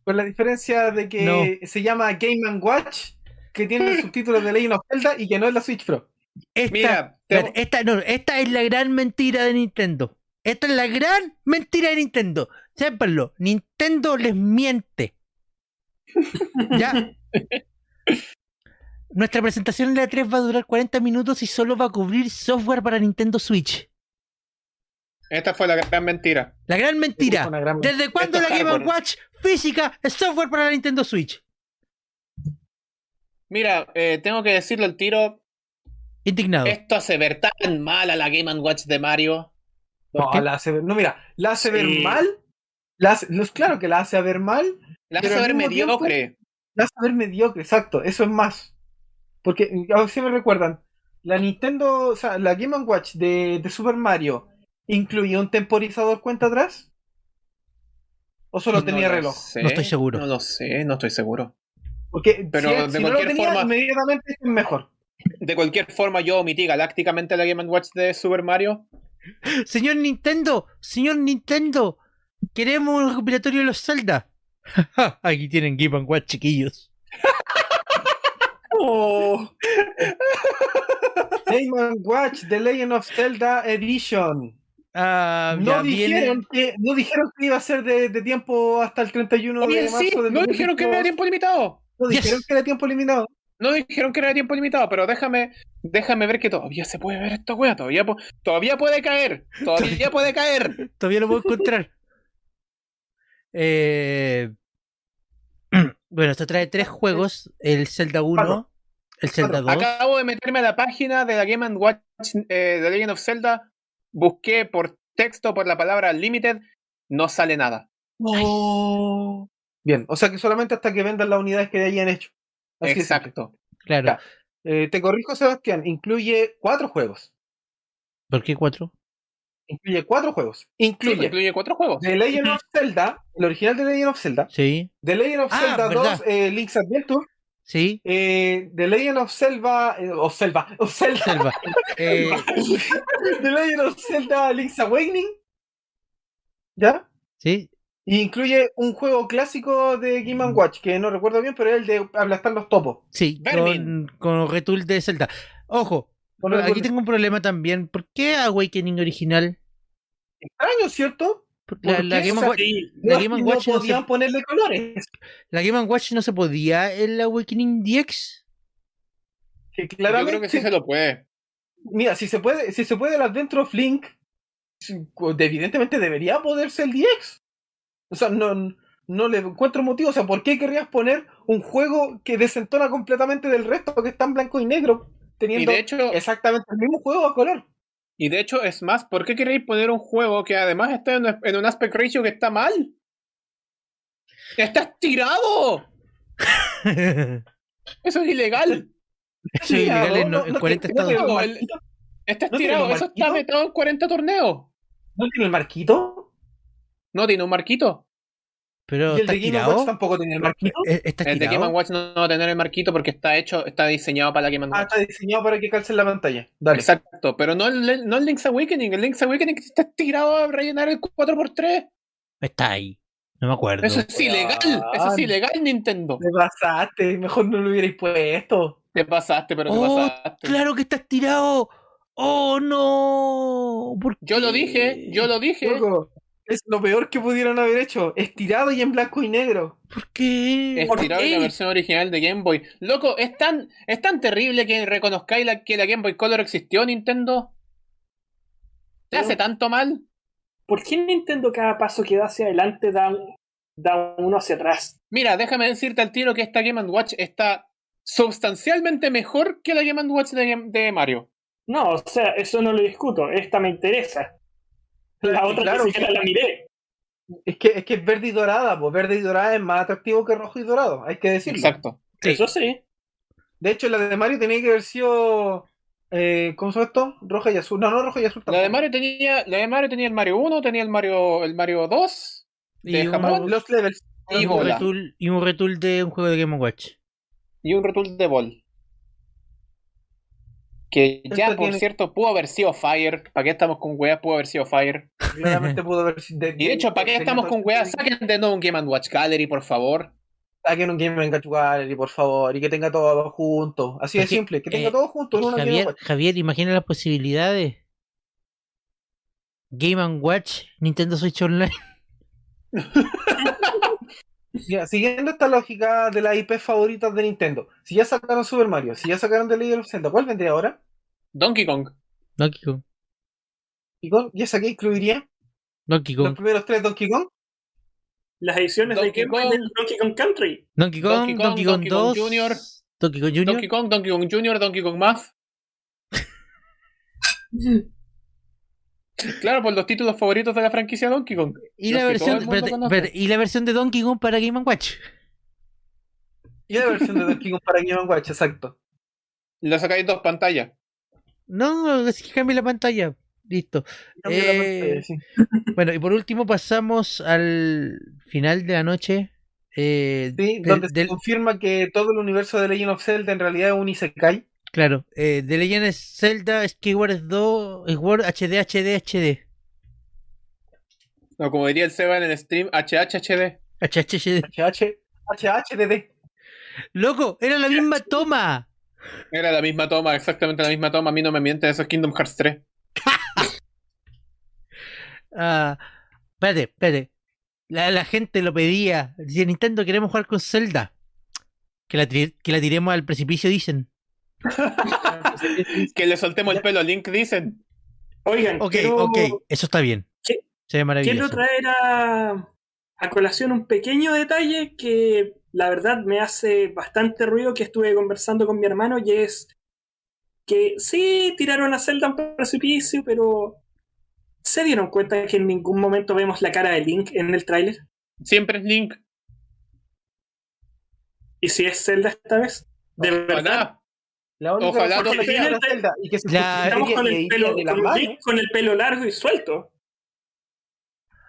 Con la diferencia de que No. se llama Game and Watch, que tiene los subtítulos de Legend of Zelda y que no es la Switch Pro. Esta, Mira, espérate, te- esta, no, esta es la gran mentira de Nintendo. Esta es la gran mentira de Nintendo. Sépanlo, Nintendo les miente. ¿Ya? Nuestra presentación en la 3 va a durar 40 minutos y solo va a cubrir software para Nintendo Switch. esta fue la gran mentira. La gran Es mentira. una gran- ¿Desde cuándo la Esto es Game hardware. Watch física es software para la Nintendo Switch? Mira, eh, tengo que decirlo al tiro. Indignado. Esto hace ver tan mal a la Game Watch de Mario. No, qué? la hace ver- no, mira, la hace ver Sí. mal. La hace- no, claro que la hace ver mal. La Pero hace al ver mismo tiempo- mediocre. La hace ver mediocre, exacto. Eso es más. Porque a si me recuerdan, la Nintendo, o sea, la Game and Watch de, de Super Mario, ¿incluía un temporizador cuenta atrás? ¿O solo No tenía lo reloj? sé, No estoy seguro. No lo sé, no estoy seguro. Porque Pero si, de si no lo cualquier tenía, forma- inmediatamente es mejor. De cualquier forma, yo omití galácticamente la Game Watch de Super Mario. Señor Nintendo, señor Nintendo, queremos un recopilatorio de los Zelda. <laughs> Aquí tienen Game and Watch, chiquillos. Oh, Game and Watch The Legend of Zelda Edition. Ah, ya No dijeron, que, no dijeron que iba a ser de, de tiempo hasta el 31 Oye, de marzo sí, del no dijeron que 2022. era tiempo limitado. No dijeron Yes. que era tiempo eliminado. No dijeron que era tiempo limitado, pero déjame, déjame ver que todavía se puede ver esta wea. Todavía, po- todavía puede caer. <laughs> Todavía puede caer. Todavía lo puedo encontrar. Eh, <clears throat> bueno, esto trae tres juegos: el Zelda 1, Claro. el Zelda 2. Acabo de meterme a la página de la Game Watch eh, de Legend of Zelda. Busqué por texto, por la palabra limited. No sale nada. Oh. Bien, o sea que solamente hasta que vendan las unidades que hayan hecho. Así de Exacto. Claro, ya. simple. Eh, te corrijo, Sebastián, incluye cuatro juegos. ¿por qué cuatro? Incluye cuatro juegos. Sí, Incluye incluye cuatro juegos. The Legend of Zelda, el original de Legend of Zelda, Sí, The Legend of Ah, Zelda ¿verdad? 2, eh, Link's Adventure, sí, eh, The Legend of Zelda, eh, o Zelda, o Zelda, <laughs> Zelda. Eh, The Legend of Zelda Link's Awakening, ¿ya? sí, Y incluye un juego clásico de Game and Watch, que no recuerdo bien, pero es el de aplastar los topos. Sí, con, Vermin. con Retool de Zelda. Ojo, No recuerdo- aquí tengo un problema también. ¿Por qué Awakening original? Extraño, ¿cierto? Por- La, ¿Por la qué Game esa- Watch, sí. la No, Game y and no Watch no se- podían ponerle colores. la Game and Watch no se podía el Awakening <laughs> DX. Que Yo claramente, creo que sí se lo puede. mira, si se puede, si se puede el Adventure of Link, si- evidentemente debería poderse el DX. O sea, no, no le encuentro motivo. O sea, ¿por qué querrías poner un juego que desentona completamente del resto, que está en blanco y negro, Y teniendo de hecho, <laughs> exactamente el mismo juego a color? y de hecho es más, ¿por qué queréis poner un juego que además está en, en un aspect ratio que está mal? ¡Estás tirado! Eso es ilegal. Eso es ilegal en, oh, No, no, en no 40 te- estados. no te- Digo, el- Estás ¿No tiene tirado, un eso está marquito? vetado en 40 torneos. ¿No tiene el marquito? No tiene un marquito. Pero ¿Y el está de Game Watch tirado. tampoco tenía el marquito? ¿E- ¿Está El de Game tirado? Watch no va a tener el marquito porque está hecho, está diseñado para la Game Ah, Watch. está diseñado para que calce en la pantalla. Dale. Exacto, pero no el, no el Link's Awakening. El Link's Awakening está tirado a rellenar el 4x3. Está ahí. No me acuerdo. Eso es ilegal. Eso es ilegal, Nintendo. Te pasaste, mejor no lo hubierais puesto. Te pasaste, pero te Oh, pasaste. ¡Claro que estás tirado! ¡Oh, no! ¿Por Yo lo qué? dije, yo lo dije. Loco, es lo peor que pudieron haber hecho. Estirado y en blanco y negro. ¿Por qué? Es ¿Por tirado en la qué? versión original de Game Boy. Loco, es tan, es tan terrible que reconozcáis la, que la Game Boy Color existió, Nintendo. ¿Te Pero- hace tanto mal? ¿Por qué Nintendo cada paso que da hacia adelante da, da uno hacia atrás? Mira, déjame decirte al tiro que esta Game Watch está sustancialmente mejor que la Game Watch de, Game- de Mario. No, o sea, eso no lo discuto. Esta me interesa. La otra claro, ni siquiera la miré. Es que, es que es verde y dorada, pues verde y dorada es más atractivo que rojo y dorado, hay que decirlo. Exacto. Sí. Eso sí. De hecho, la de Mario tenía que haber sido. Eh, ¿Cómo se llama esto? Roja y azul. No, no, roja y azul La de tampoco. Mario tenía, la de Mario tenía el Mario 1, tenía el Mario, el Mario 2 de Y un- Japón Los levels. y un bola. retool, y un retool de un juego de Game Watch. y un Retul de Ball. Que ya, Esto por tiene- cierto, pudo haber sido Fire. ¿Para qué estamos con weas? Pudo haber sido Fire. Claramente pudo haber sido. Y <laughs> de hecho, ¿para qué estamos con weas? Saquen de nuevo un Game Watch Gallery, por favor. Saquen un Game Watch Gallery, por favor, y que tenga todo junto. Así de Es que, simple, que tenga eh, todo junto en una Game Javier, Watch. Javier, imagina las posibilidades. Game and Watch, Nintendo Switch Online. <laughs> Ya, siguiendo esta lógica de las IP favoritas de Nintendo, si ya sacaron Super Mario, si ya sacaron The Legend of Zelda, ¿cuál vendría ahora? Donkey Kong. Donkey Kong. ¿Y con, ¿Y esa que incluiría? Donkey ¿Los Kong. primeros tres Donkey Kong? Las ediciones Donkey de Game Boy Kong. del Donkey Kong <laughs> Country. Donkey Kong, Donkey Kong, Donkey Kong Donkey Kong 2. Junior. Donkey Kong Junior. Donkey Kong, Donkey Kong Jr., Donkey Kong Más. Claro, por los títulos favoritos de la franquicia Donkey Kong. Y la, Los que versión, todo el mundo espérate, conoce. espérate, y la versión de Donkey Kong para Game Watch. Y la versión de Donkey Kong para Game Watch, exacto. Lo sacáis dos pantallas. No, es que cambie la pantalla. Listo. Cambio la Eh, pantalla, sí. <laughs> Bueno, y por último pasamos al final de la noche. eh, Sí, del- donde se del- confirma que todo el universo de Legend of Zelda en realidad es un Isekai. claro, eh, de Legend of Zelda, Skyward 2, Sword HD, HD, HD. O como diría el Seba en el stream, HHHD. HHD. HH, HHDD. Loco, era la <laughs> misma toma. Era la misma toma, exactamente la misma toma. A mí no me mienten, eso es Kingdom Hearts 3. Ah, espérate, espérate. La, la gente lo pedía. Decía, Nintendo, queremos jugar con Zelda. Que la, tri- que la tiremos al precipicio, dicen. Que le soltemos el pelo a Link, dicen. Oigan, Ok, quiero, ok, eso está bien. ¿Qué- Se ve quiero maravilloso. traer a, a colación un pequeño detalle que la verdad me hace bastante ruido que estuve conversando con mi hermano y es que sí tiraron a Zelda a un precipicio, pero ¿se dieron cuenta que en ningún momento vemos la cara de Link en el tráiler? Siempre es Link. ¿Y si es Zelda esta vez? De verdad. Ojalá. La única Ojalá razón no por la se que pierda. era Zelda y que se La- Estamos justificaría con que el ella pelo, de la con mano Link con el pelo largo y suelto.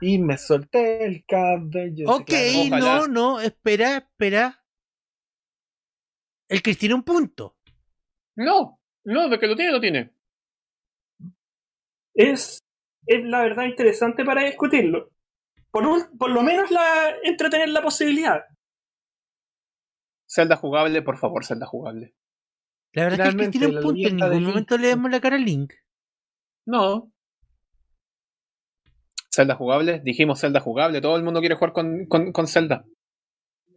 y me solté el cabello. Ok, Sí, claro. ojalá. no, no, espera, espera. El Chris tiene un punto. No, no, de que lo tiene, lo tiene. es, es la verdad interesante para discutirlo. Por, un- por lo menos la, entretener la posibilidad. Zelda jugable, por favor, Zelda jugable. La verdad es que el Chris tiene Finalmente, un la punto. En leyenda de ningún Link. momento le damos la cara a Link. No. Zelda jugable, dijimos Zelda jugable, todo el mundo quiere jugar con, con, con Zelda.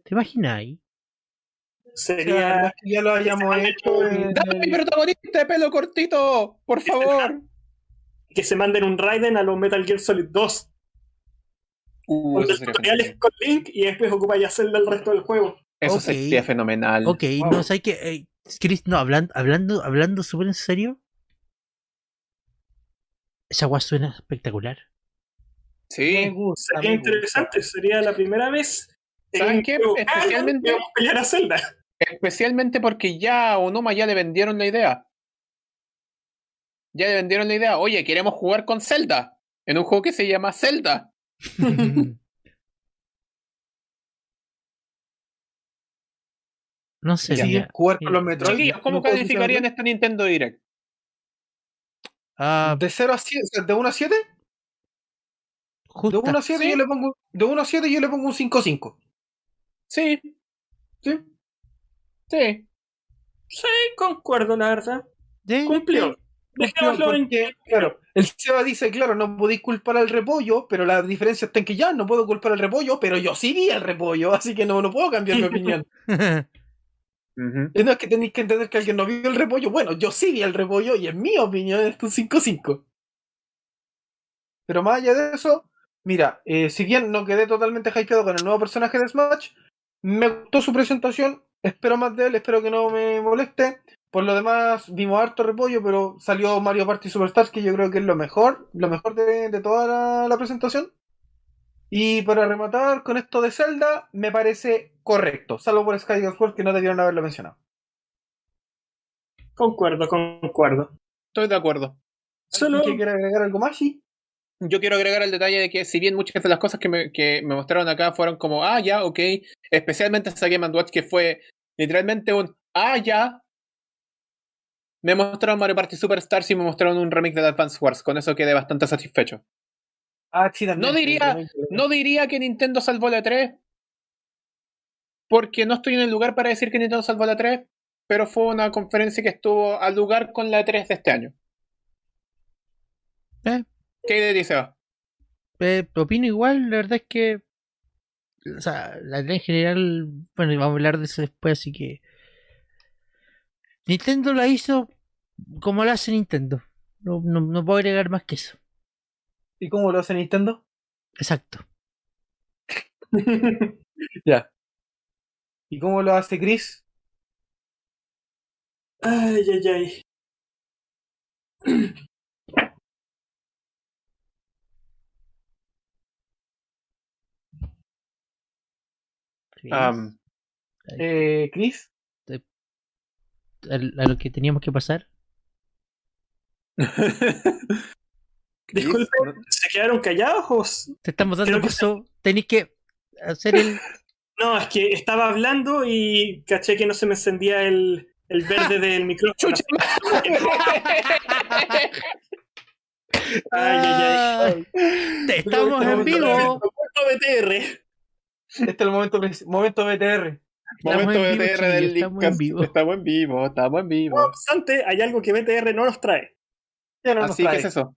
¿Te imagináis? O sea, no Sería. es que ya lo hayamos se han hecho. hecho- en ¡Dame mi el- protagonista de pelo cortito! ¡Por favor! Que se manden un Raiden a los Metal Gear Solid 2. <laughs> Uh, Con eso sería tutoriales fenomenal. con Link y después ocupáis hacerle el resto del juego. Eso Ok. sería fenomenal. Ok, Wow. no, sé que. eh, Chris, no, hablan- hablando, hablando súper en serio. Esa guay suena <laughs> espectacular. Sí. Me gusta, Sería me gusta. interesante, sería la primera vez. en ¿Saben un qué? juego canon Especialmente- que vamos a pelear a Zelda. Especialmente porque ya a Onuma ya le vendieron la idea. Ya le vendieron la idea. Oye, queremos jugar con Zelda. En un juego que se llama Zelda. no sé. Sí, mira. jugar con los Metroid. Chiquillos, ¿cómo ¿Cómo calificarían esta Nintendo Direct? Ah, De 0 a 7, de 1 a 7, de justa. 1 a 7 Sí. yo le pongo de 1 a 7 yo le pongo un 5 5. Sí. Sí. Sí. Sí, concuerdo, la verdad. Sí, Cumplió. Dejémoslo en Porque, claro, el Seba dice, claro, no podéis culpar al repollo, pero la diferencia está en que ya no puedo culpar al repollo, pero yo sí vi al repollo, así que no, no puedo cambiar <laughs> mi opinión. <laughs> <laughs> Ujú. No es que tenéis que entender que alguien no vio el repollo. Bueno, yo sí vi el repollo y en mi opinión es un 5-5. Pero más allá de eso, mira, eh, si bien no quedé totalmente hypeado con el nuevo personaje de Smash, me gustó su presentación, espero más de él, espero que no me moleste. Por lo demás, vimos harto repollo, pero salió Mario Party Superstars, que yo creo que es lo mejor, lo mejor de, de toda la- la presentación. Y para rematar con esto de Zelda, me parece correcto, salvo por Skyward Sword que no debieron haberlo mencionado. Concuerdo, concuerdo. Estoy de acuerdo. Solo ¿Alguien que quiere agregar algo más? Sí. Yo quiero agregar el detalle de que si bien muchas de las cosas que me, que me mostraron acá fueron como, ah, ya, ok, especialmente esa Game Watch que fue literalmente un, ah, ya, me mostraron Mario Party Superstars y me mostraron un remix de Advance Wars, con eso quedé bastante satisfecho. Ah, sí, también. No diría- No diría que Nintendo salvó la 3, porque no estoy en el lugar para decir que Nintendo salvó la 3, pero fue una conferencia que estuvo al lugar con la 3 de este año. Eh. ¿Qué le dice? va? Eh, opino igual, la verdad es que. O sea, la idea en general. Bueno, y vamos a hablar de eso después, así que. Nintendo la hizo como la hace Nintendo. No, no, no puedo agregar más que eso. ¿Y cómo lo hace Nintendo? Exacto. Ya. ¿Y cómo lo hace Chris? Ay, ay, ay. Sí, Am, Eh, Chris. a, a lo que teníamos que pasar. Disculpe, no- ¿se quedaron callados? o s- Te estamos dando Creo que- paso. Tenéis que hacer el. No, es que estaba hablando y caché que no se me encendía el, el <laughs> verde del micrófono. <laughs> Chucha. <laughs> Ay, ay, Ah, ay. <laughs> te estamos en vivo. Punto BTR. Este es el momento, momento BTR. Momento en vivo, BTR del chiquillos, estamos en Linkcast. vivo. Estamos en vivo, estamos en vivo. No obstante, hay algo que BTR no nos trae. Ya no nos Así que trae. es eso.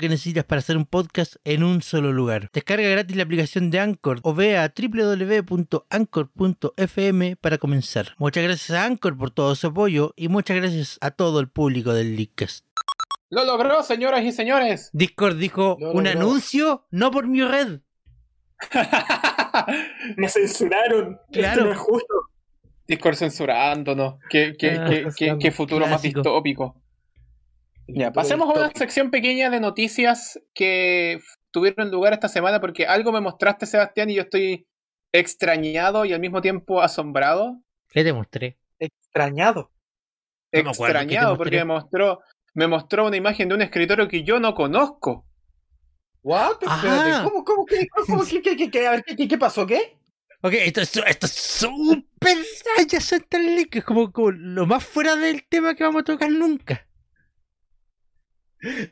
que necesitas para hacer un podcast en un solo lugar. Descarga gratis la aplicación de Anchor o ve a www.anchor.fm para comenzar. Muchas gracias a Anchor por todo su apoyo y muchas gracias a todo el público del Leadcast. Lo logró, señoras y señores. Discord dijo Lo un logró. anuncio, no por mi red. Me censuraron. Claro. Esto no es justo. <laughs> Discord censurándonos. Qué, qué, Ah, qué, qué, censurando. qué futuro más Clásico. distópico. Ya, pasemos a una sección pequeña de noticias que tuvieron lugar esta semana porque algo me mostraste, Sebastián, y yo estoy extrañado y al mismo tiempo asombrado. ¿Qué te mostré? Extrañado. No me acuerdo, ¿qué te extrañado porque me mostró, me mostró una imagen de un escritorio que yo no conozco. ¿What? Ah. Espérate. ¿Cómo, cómo, qué, cómo, qué, qué, qué, qué, a ver, qué, qué, qué pasó? ¿Qué? Ok, esto es esto es súper adjacente al link, es como, como lo más fuera del tema que vamos a tocar nunca.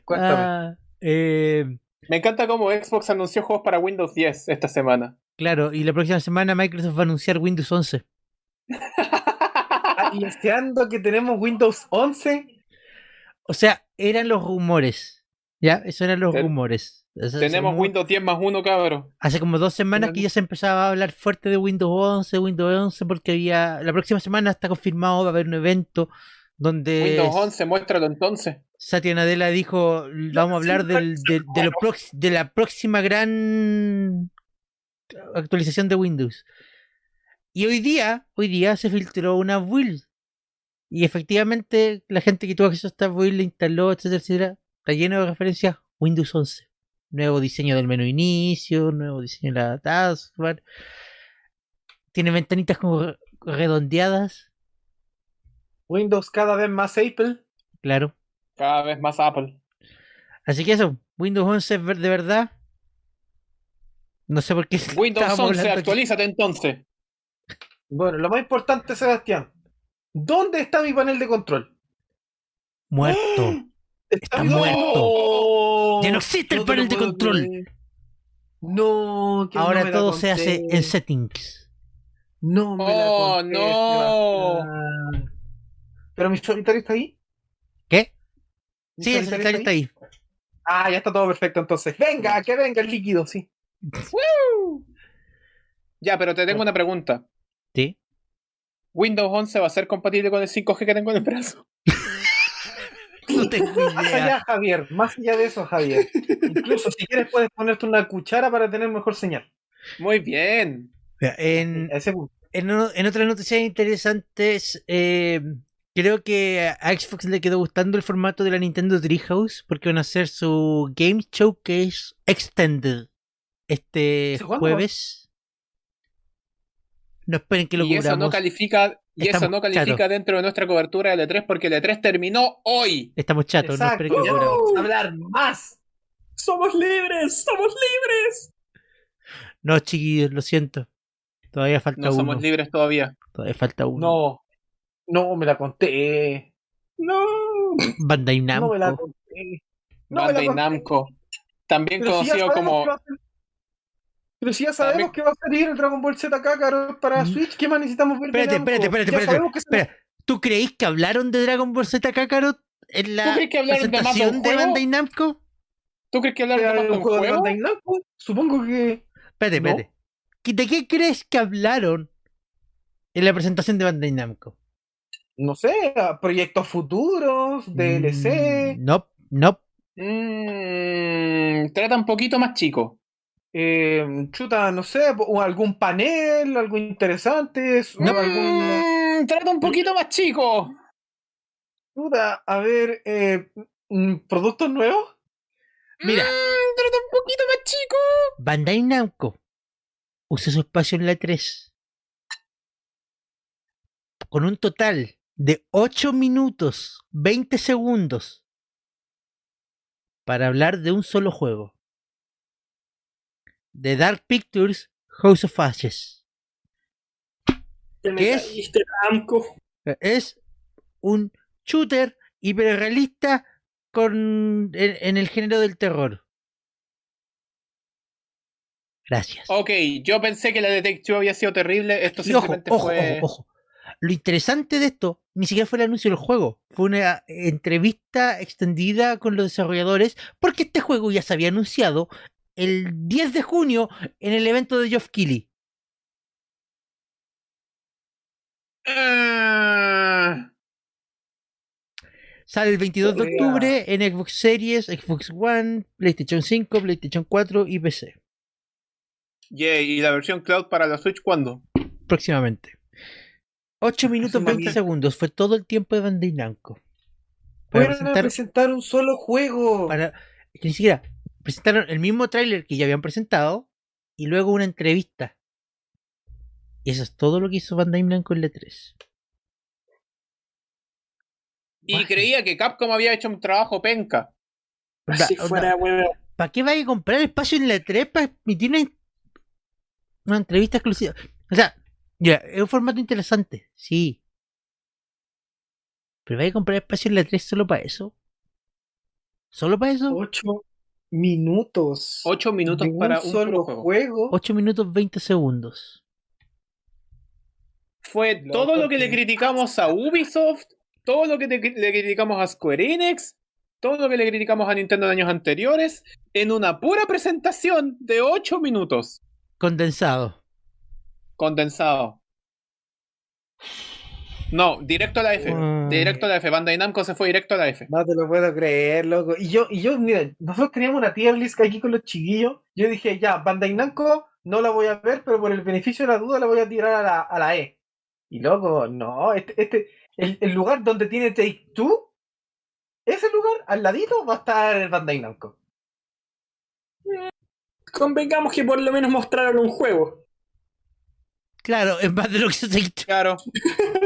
Cuéntame. Ah, eh, Me encanta cómo Xbox anunció juegos para Windows 10 esta semana. claro, y la próxima semana Microsoft va a anunciar Windows 11. Anunciando Ah, que tenemos Windows 11. O sea, eran los rumores. Ya, eso eran los Ten- rumores. O sea, hace Tenemos como- Windows 10 más uno, cabrón. Hace como dos semanas que ya se empezaba a hablar fuerte de Windows 11, Windows 11, porque había. La próxima semana está confirmado, va a haber un evento donde. Windows 11, muéstralo entonces. Satya Nadella dijo, vamos a hablar del- de, de lo prox- de la próxima gran actualización de Windows. Y hoy día, hoy día se filtró una build. Y efectivamente la gente que tuvo acceso a esta build, la instaló, etcétera, etcétera, está lleno de referencias Windows 11. Nuevo diseño del menú inicio, nuevo diseño de la taskbar. Tiene ventanitas como re- redondeadas, Windows cada vez más Apple. claro. Cada vez más Apple. Así que eso, Windows 11 es ver- de verdad. No sé por qué. <laughs> Windows estábamos 11, hablando aquí. actualízate entonces. Bueno, lo más importante, Sebastián. ¿Dónde está mi panel de control? Muerto. Está mi- muerto. ¡Oh! ¡No! Ya no existe el te lo panel de puedo control. creer. No, que Ahora no me la todo se conté. hace en settings. No me la Oh, conté, no. Sebastián. ¿Pero mi solitario está ahí? ¿Qué? ¿Mi Sí, el secretario está ahí. Ah, ya está todo perfecto entonces. Venga, que venga el líquido, sí. Ya, pero te tengo una pregunta. Sí. ¿Windows 11 va a ser compatible con el 5G que tengo en el brazo? <laughs> No tengo <laughs> Más idea. allá, Javier. Más allá de <laughs> eso, Javier. Incluso si quieres puedes ponerte una cuchara para tener mejor señal. Muy bien. Mira, En, A ese punto. en, uno- en otras noticias interesantes, eh, creo que a Xbox le quedó gustando el formato de la Nintendo Treehouse porque van a hacer su Game Showcase Extended este ¿Hace cuándo? jueves. No esperen que lo Y eso no cubramos. califica, y eso Estamos- no califica claro. dentro de nuestra cobertura del E3 porque el E3 terminó hoy. Estamos chatos, no esperen que lo cubramos. Vamos a hablar más. ¡Somos libres! ¡Somos libres! No, chiquillos, lo siento. Todavía falta No uno. somos libres todavía. Todavía falta uno. No. No, me la conté. ¡No! Bandai Namco. No me la conté. No me la Bandai conté. Namco. También Pero si ya conocido sabemos como que va a ser- Pero si ya sabemos que va a salir el Dragon Ball Z Kakarot para Mm. Switch, ¿qué más necesitamos ver? de Espérate, Namco? espérate, espérate, Ya espérate. sabemos que se- Espera, ¿tú creís que hablaron de Dragon Ball Z Kakarot en ¿Tú la crees que hablaron de más de presentación un de, juego? Bandai Namco? ¿Tú crees que que hablaron hay de un un juego de juego? Bandai Namco, Supongo que. Espérate, No. espérate. ¿Qué- ¿De qué crees que hablaron en la presentación de Bandai Namco? No sé, a proyectos futuros, DLC. Mm, no, no. Mm, trata un poquito más chico. eh, chuta, no sé, o algún panel, algo interesante. o algún- Mm, trata un poquito más chico. Chuta, a ver, eh, mm, ¿productos nuevos? Mira. Mm, trata un poquito más chico. Bandai Namco usa su espacio en la 3 con un total de 8 minutos 20 segundos para hablar de un solo juego. De Dark Pictures House of Ashes. Te me ¿Qué es? caíste, Namco. Es un shooter hiperrealista con, en, en el género del terror. Gracias. Ok, yo pensé que la detective había sido terrible. Oh, Esto Y ojo, simplemente ojo, fue. ojo, ojo. Lo interesante de esto ni siquiera fue el anuncio del juego, fue una entrevista extendida con los desarrolladores, porque este juego ya se había anunciado el 10 de junio en el evento de Geoff Keighley. Ah, Sale el 22 de Oh, Oiga. octubre en Xbox Series, Xbox One, PlayStation 5, PlayStation 4 y PC, yeah, y la versión cloud para la Switch, ¿cuándo? próximamente. 8 minutos 20 mamita. segundos fue todo el tiempo de Bandai Namco. Para Fueron a presentar- presentar un solo juego. para es que ni siquiera presentaron el mismo tráiler que ya habían presentado y luego una entrevista. Y eso es todo lo que hizo Bandai Namco en la 3. Y Guau. creía que Capcom había hecho un trabajo penca. Si fuera, huevo. ¿Para qué vaya a comprar espacio en la 3 para emitir una, una entrevista exclusiva? O sea, ya, es un formato interesante, sí. Pero vais a comprar espacio en la 3 solo para eso. ¿Solo para eso? 8 minutos. 8 minutos de un para un solo solo juego. juego. 8 minutos 20 segundos. Fue Loco, todo lo que le tío. criticamos a Ubisoft, todo lo que te- le criticamos a Square Enix, todo lo que le criticamos a Nintendo en años anteriores, en una pura presentación de 8 minutos Condensado. condensado. No, directo a la F. Mm. Directo a la F. Bandai Namco se fue directo a la F. No te lo puedo creer, loco. Y yo, y yo, mira, nosotros teníamos una tier list aquí con los chiquillos. Yo dije, ya, Bandai Namco no la voy a ver, pero por el beneficio de la duda la voy a tirar a la, a la E. Y loco, no, este, este, el, el lugar donde tiene Take Two, ese lugar al ladito va a estar el Bandai Namco. Convengamos que por lo menos mostraron un juego. <laughs> Claro, en más de lo que se te- Claro,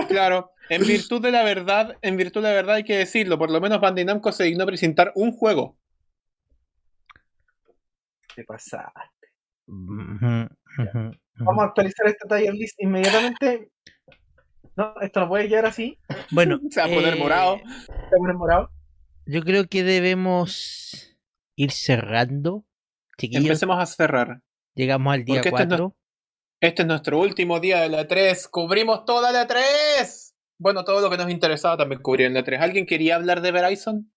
claro. En virtud de la verdad, en virtud de la verdad hay que decirlo. Por lo menos Bandai Namco se dignó presentar un juego. ¿Qué pasa? Ujú, ujú, Vamos a ujú. actualizar esta tier list inmediatamente. No, esto no puede quedar así. Bueno, <laughs> eh, Se va a poner morado. Está enamorado. Yo creo que debemos ir cerrando. Chiquillos, Empecemos a cerrar. llegamos al día Porque esto 4. es no- Este es nuestro último día de la 3. Cubrimos toda la 3. Bueno, todo lo que nos interesaba también cubrió en la 3. ¿Alguien quería hablar de Verizon?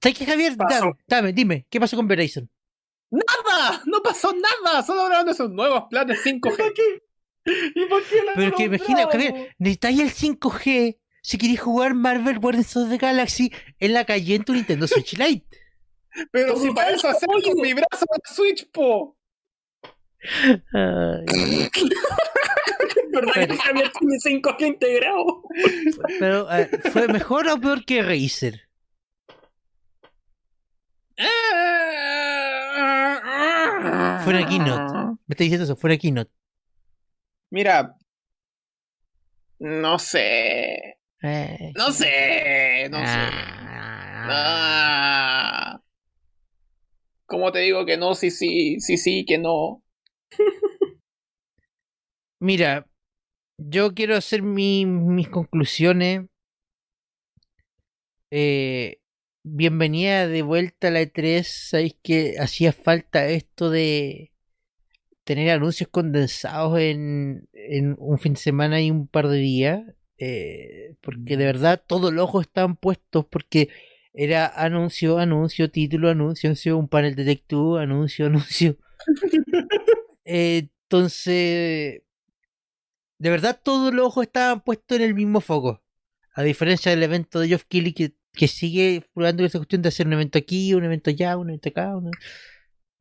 ¿Sabes qué, Javier? Pasó. Dame, dame, dime, ¿qué pasó con Verizon? ¡Nada! ¡No pasó nada! Solo hablaron de sus nuevos planes 5G. ¿Y por qué la Pero es que imagina, nombramos? Javier, necesitáis el 5G si queréis jugar Marvel Guardians of the Galaxy en la calle en tu Nintendo Switch Lite. <laughs> <laughs> Pero si para eso hacer con mi brazo la Switch, po. Ay, ¿Verdad que Javier tiene 5 g integrado? pero, a ver, ¿fue mejor o peor que Razer? Fue una keynote. Me está diciendo eso, fuera Keynote. Mira. No sé. Eh, No sé. No sé. ah, Ah. ¿Cómo te digo que no? Sí, sí, sí, sí, que no. Mira, yo quiero hacer mi- mis conclusiones. Eh, bienvenida de vuelta a la E3. Sabéis que hacía falta esto de tener anuncios condensados en, en un fin de semana y un par de días. eh, porque de verdad todos los ojos estaban puestos porque era anuncio, anuncio, título, anuncio, anuncio, un panel de Tech Two, anuncio, <laughs> anuncio. Eh, entonces, de verdad todos los ojos estaban puestos en el mismo foco. A diferencia del evento de Geoff Keighley que, que sigue jugando esa cuestión de hacer un evento aquí, un evento allá, un evento acá. un-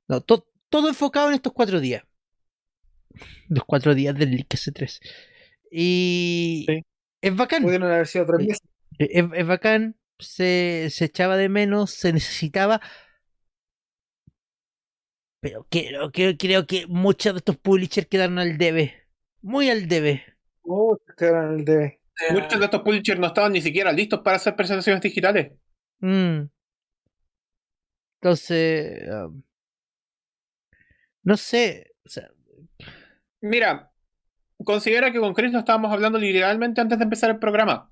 No, to- todo enfocado en estos cuatro días. Los cuatro días del Leak S3. Y Sí. es bacán. Pudieron haber sido tres meses. Eh, Es, es bacán, se, se echaba de menos, se necesitaba. Pero creo, creo, creo que muchos de estos publishers quedaron al debe. Muy al debe. Oh, quedaron el debe. Muchos de estos publishers no estaban ni siquiera listos para hacer presentaciones digitales. Mm. Entonces. um, no sé. o sea, Mira, considera que con Chris lo estábamos hablando literalmente antes de empezar el programa.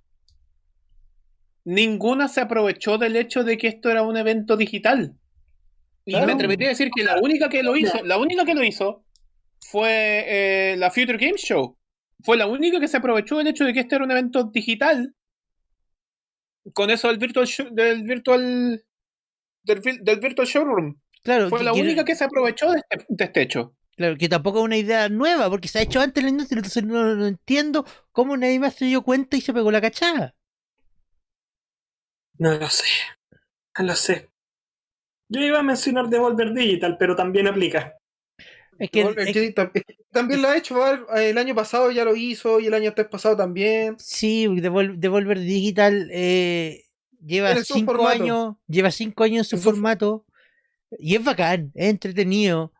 Ninguna se aprovechó del hecho de que esto era un evento digital. Y Claro. me atrevería a decir que la única que lo hizo, la única que lo hizo fue eh, la Future Game Show. Fue la única que se aprovechó del hecho de que este era un evento digital. Con eso del virtual show- del virtual del, vi- del virtual showroom. claro, Fue que- la que- única que se aprovechó de este- de este hecho. claro, que tampoco es una idea nueva, porque se ha hecho antes en la industria, entonces no, no entiendo cómo nadie más se dio cuenta y se pegó la cachada. No lo sé. No lo sé. Yo iba a mencionar Devolver Digital, pero también aplica. Es que, Volver es- Jedi tam- es que también lo ha hecho, Val- el año pasado ya lo hizo y el año antes pasado también. Sí, Devol- Devolver Digital eh, lleva Tiene su cinco formato. años, lleva cinco años en su En su- formato y es bacán, es entretenido,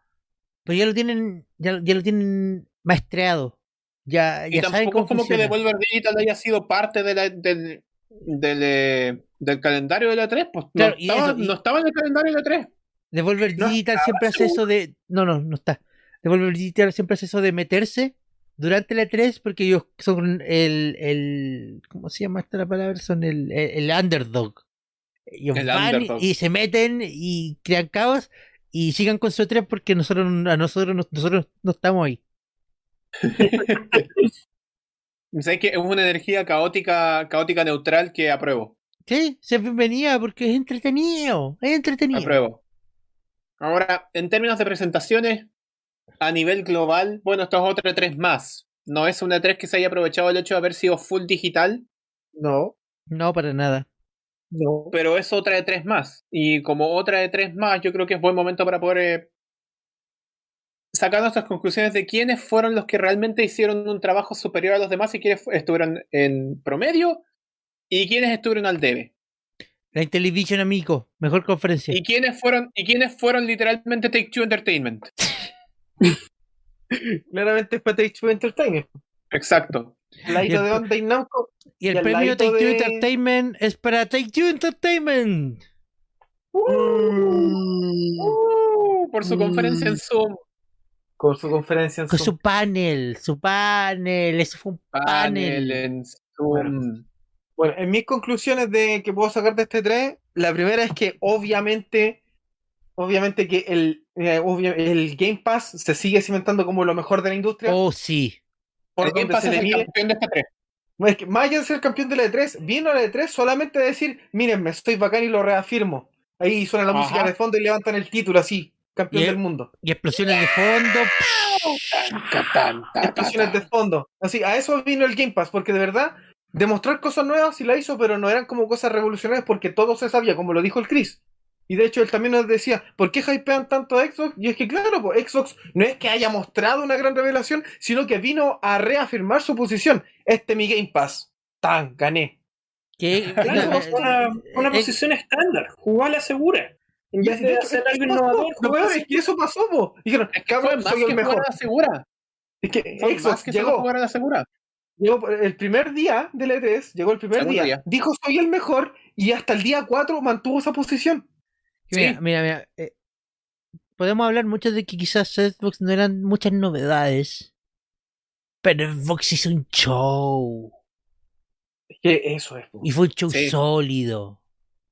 pero ya lo tienen, ya, lo- ya lo tienen maestreado, ya, Y ya saben tampoco cómo es como que funciona. Devolver Digital haya sido parte de la- del, del, eh, del calendario de la 3. Pues no, Claro, y estaba, eso, y- no estaba en el calendario de la 3. Devolver No, Digital siempre hace eso de, no, no, no está. Devolver Digital siempre hace eso de meterse durante la 3 porque ellos son el, el ¿cómo se llama esta la palabra? Son el, el, el underdog. Ellos El van underdog. y se meten y crean caos y sigan con su 3 porque nosotros a nosotros no- nosotros no estamos ahí. ¿Sabes que Es una energía caótica, caótica neutral que apruebo. Sí, se bienvenida porque es entretenido, es entretenido. Apruebo. Ahora, en términos de presentaciones, a nivel global, bueno, esto es otra 3 más. No es una 3 que se haya aprovechado el hecho de haber sido full digital, No, No, para nada. no. pero es otra de 3 más. Y como otra de 3 más, yo creo que es buen momento para poder eh, sacar nuestras conclusiones de quiénes fueron los que realmente hicieron un trabajo superior a los demás y quiénes fu- estuvieron en promedio y quiénes estuvieron al debe. La Intellivision, amigo, mejor conferencia. ¿Y quiénes fueron, y quiénes fueron literalmente Take Two Entertainment? Claramente fue Take Two Entertainment. Exacto. La Y el- hito de Onda y Namco. Y el Y al premio ladito Take Two de- Entertainment es para Take Two Entertainment. Uh, por su conferencia Mm. en Zoom. Con su conferencia en Con Zoom. su panel, su panel, eso fue un Panel panel. en Zoom. Bueno, en mis conclusiones de que puedo sacar de este 3, la primera es que obviamente, obviamente que el, eh, obvia- el Game Pass se sigue cimentando como lo mejor de la industria. Oh, sí. por El Game donde Pass se es le el mire. campeón de esta tres. No, es que más allá de ser campeón de la E3, vino a la E3 solamente a decir, mírenme, estoy bacán y lo reafirmo. Ahí suena la Ajá. música de fondo y levantan el título así, campeón Y- del mundo. Y explosiones de fondo. Expresiones de fondo. Así, a eso vino el Game Pass, porque de verdad, demostrar cosas nuevas sí la hizo, pero no eran como cosas revolucionarias porque todo se sabía, como lo dijo el Chris. Y de hecho él también nos decía, ¿por qué hypean tanto a Xbox? Y es que claro, pues, Xbox no es que haya mostrado una gran revelación, sino que vino a reafirmar su posición. Este es mi Game Pass. Tan, gané. Que, Claro, eh, es una, <laughs> una eh, posición estándar, jugar la segura. En Y vez así, de hecho, hacer eso algo pasó, innovador, Lo jugar peor es que eso pasó, po. Dijeron, Es que fue cabrón, más soy que el jugar mejor. a la segura. Es que Fue más Xbox que solo llegó, jugar a la segura. llegó por- el primer día del E3, llegó el primer Segundo día, día. dijo soy el mejor y hasta el día 4 mantuvo esa posición. Mira, Sí. mira, mira, eh, podemos hablar mucho de que quizás Xbox no eran muchas novedades. Pero Xbox hizo un show. Es que eso es. po. Y fue un show Sí. sólido.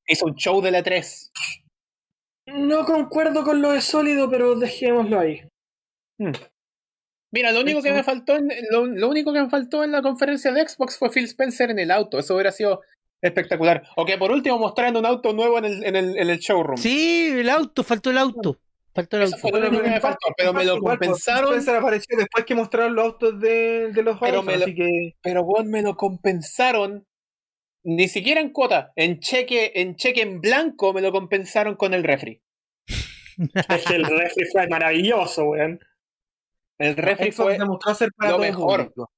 Hizo un show de la 3. No concuerdo con lo de sólido, pero dejémoslo ahí. Mira, lo único que me faltó en, lo, lo único que me faltó en la conferencia de Xbox fue Phil Spencer en el auto. Eso hubiera sido espectacular. O que por último mostraran un auto nuevo en el, en el, en el showroom. Sí, el auto, faltó el auto. Faltó el Eso auto. fue lo único que me faltó, pero me lo Igual, po, compensaron. Spencer apareció después que mostraron los autos de, de los Pero iPhone, me lo- así que pero bueno, me lo compensaron ni siquiera en cuota, en cheque, en cheque en blanco me lo compensaron con el refri. Es que el refri fue maravilloso, weón. El refri Xbox fue demostró ser para lo todo el mejor. público.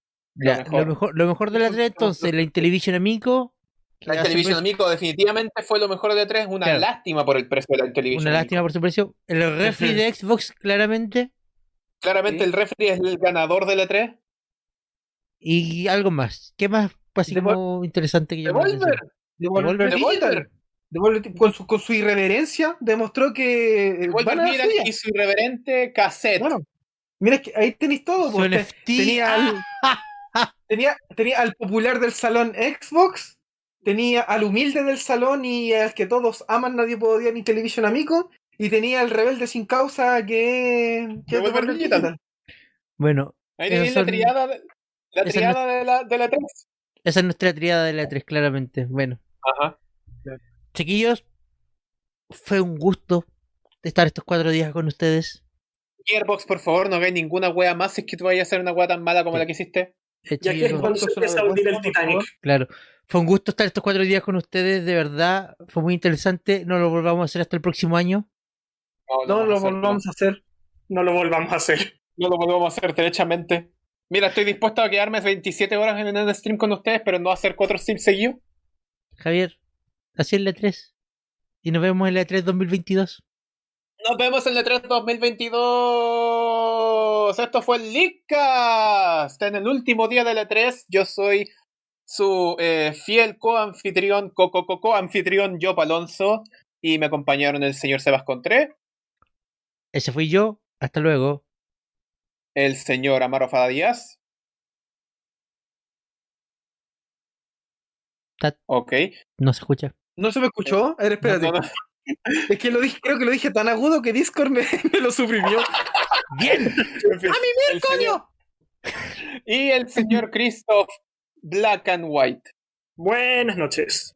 lo Ya, lo, mejor. mejor, lo mejor de la 3 entonces, la Intellivision Amico. que la hace un televisión precio- amigo, definitivamente fue lo mejor de E tres, una Claro. lástima por el precio de la televisión. Una lástima por su precio. El refri Ujú. de Xbox, claramente. Claramente Sí. el refri es el ganador de E la 3. Y algo más. ¿Qué más así Devol- como interesante que llamó la atención? Devolver, Devolver Devolver. Digital. Devolver- con, su, con su irreverencia demostró que eh, Devolver van a la Digital suya. y su irreverente cassette. Bueno, mira, es que ahí tenéis todo. Su pues, te- NFT. tenía al, ah. <laughs> tenía, tenía al popular del salón Xbox, tenía al humilde del salón y al que todos aman, nadie podía ni Television Amigo, y tenía al rebelde sin causa que... que Devolver Devolver Digital. Bueno, Ahí tenéis esos la son- triada, de- la esa triada de, la, de la 3. Esa es nuestra triada de la 3, claramente. Bueno. Ajá. Chiquillos, fue un gusto estar estos cuatro días con ustedes. Gearbox, por favor, no hagáis ninguna wea más si es que tú vayas a hacer una wea tan mala como la que hiciste. Eh, Ya que chiquillos, es cuando se empieza a hundir el Titanic. Claro. Fue un gusto estar estos cuatro días con ustedes, de verdad. Fue muy interesante. No lo volvamos a hacer hasta el próximo año. No lo vamos a hacer, volvamos a hacer. No lo volvamos a hacer. No lo volvamos a hacer, derechamente. Mira, estoy dispuesto a quedarme 27 horas en el stream con ustedes, pero no hacer cuatro streams seguidos. Javier, así es la 3. Y nos vemos en la 3 2022. Nos vemos en el E 3 2022. Esto fue el Leakcast. En el último día del E3, yo soy su eh, fiel co-anfitrión, co-co-co-anfitrión Yo Alonso. Y me acompañaron el señor Sebas Contré. Ese fui yo. Hasta luego. el señor Amaro Fada Díaz. Tat. Ok. No se escucha. ¿No se me escuchó? A ver, espérate. No, no, no. Es que lo dije, creo que lo dije tan agudo que Discord me, <laughs> me lo suprimió. <laughs> ¡Bien! En fin, el señor- ¡Coño! Y el señor Christoph Black and White. Buenas noches.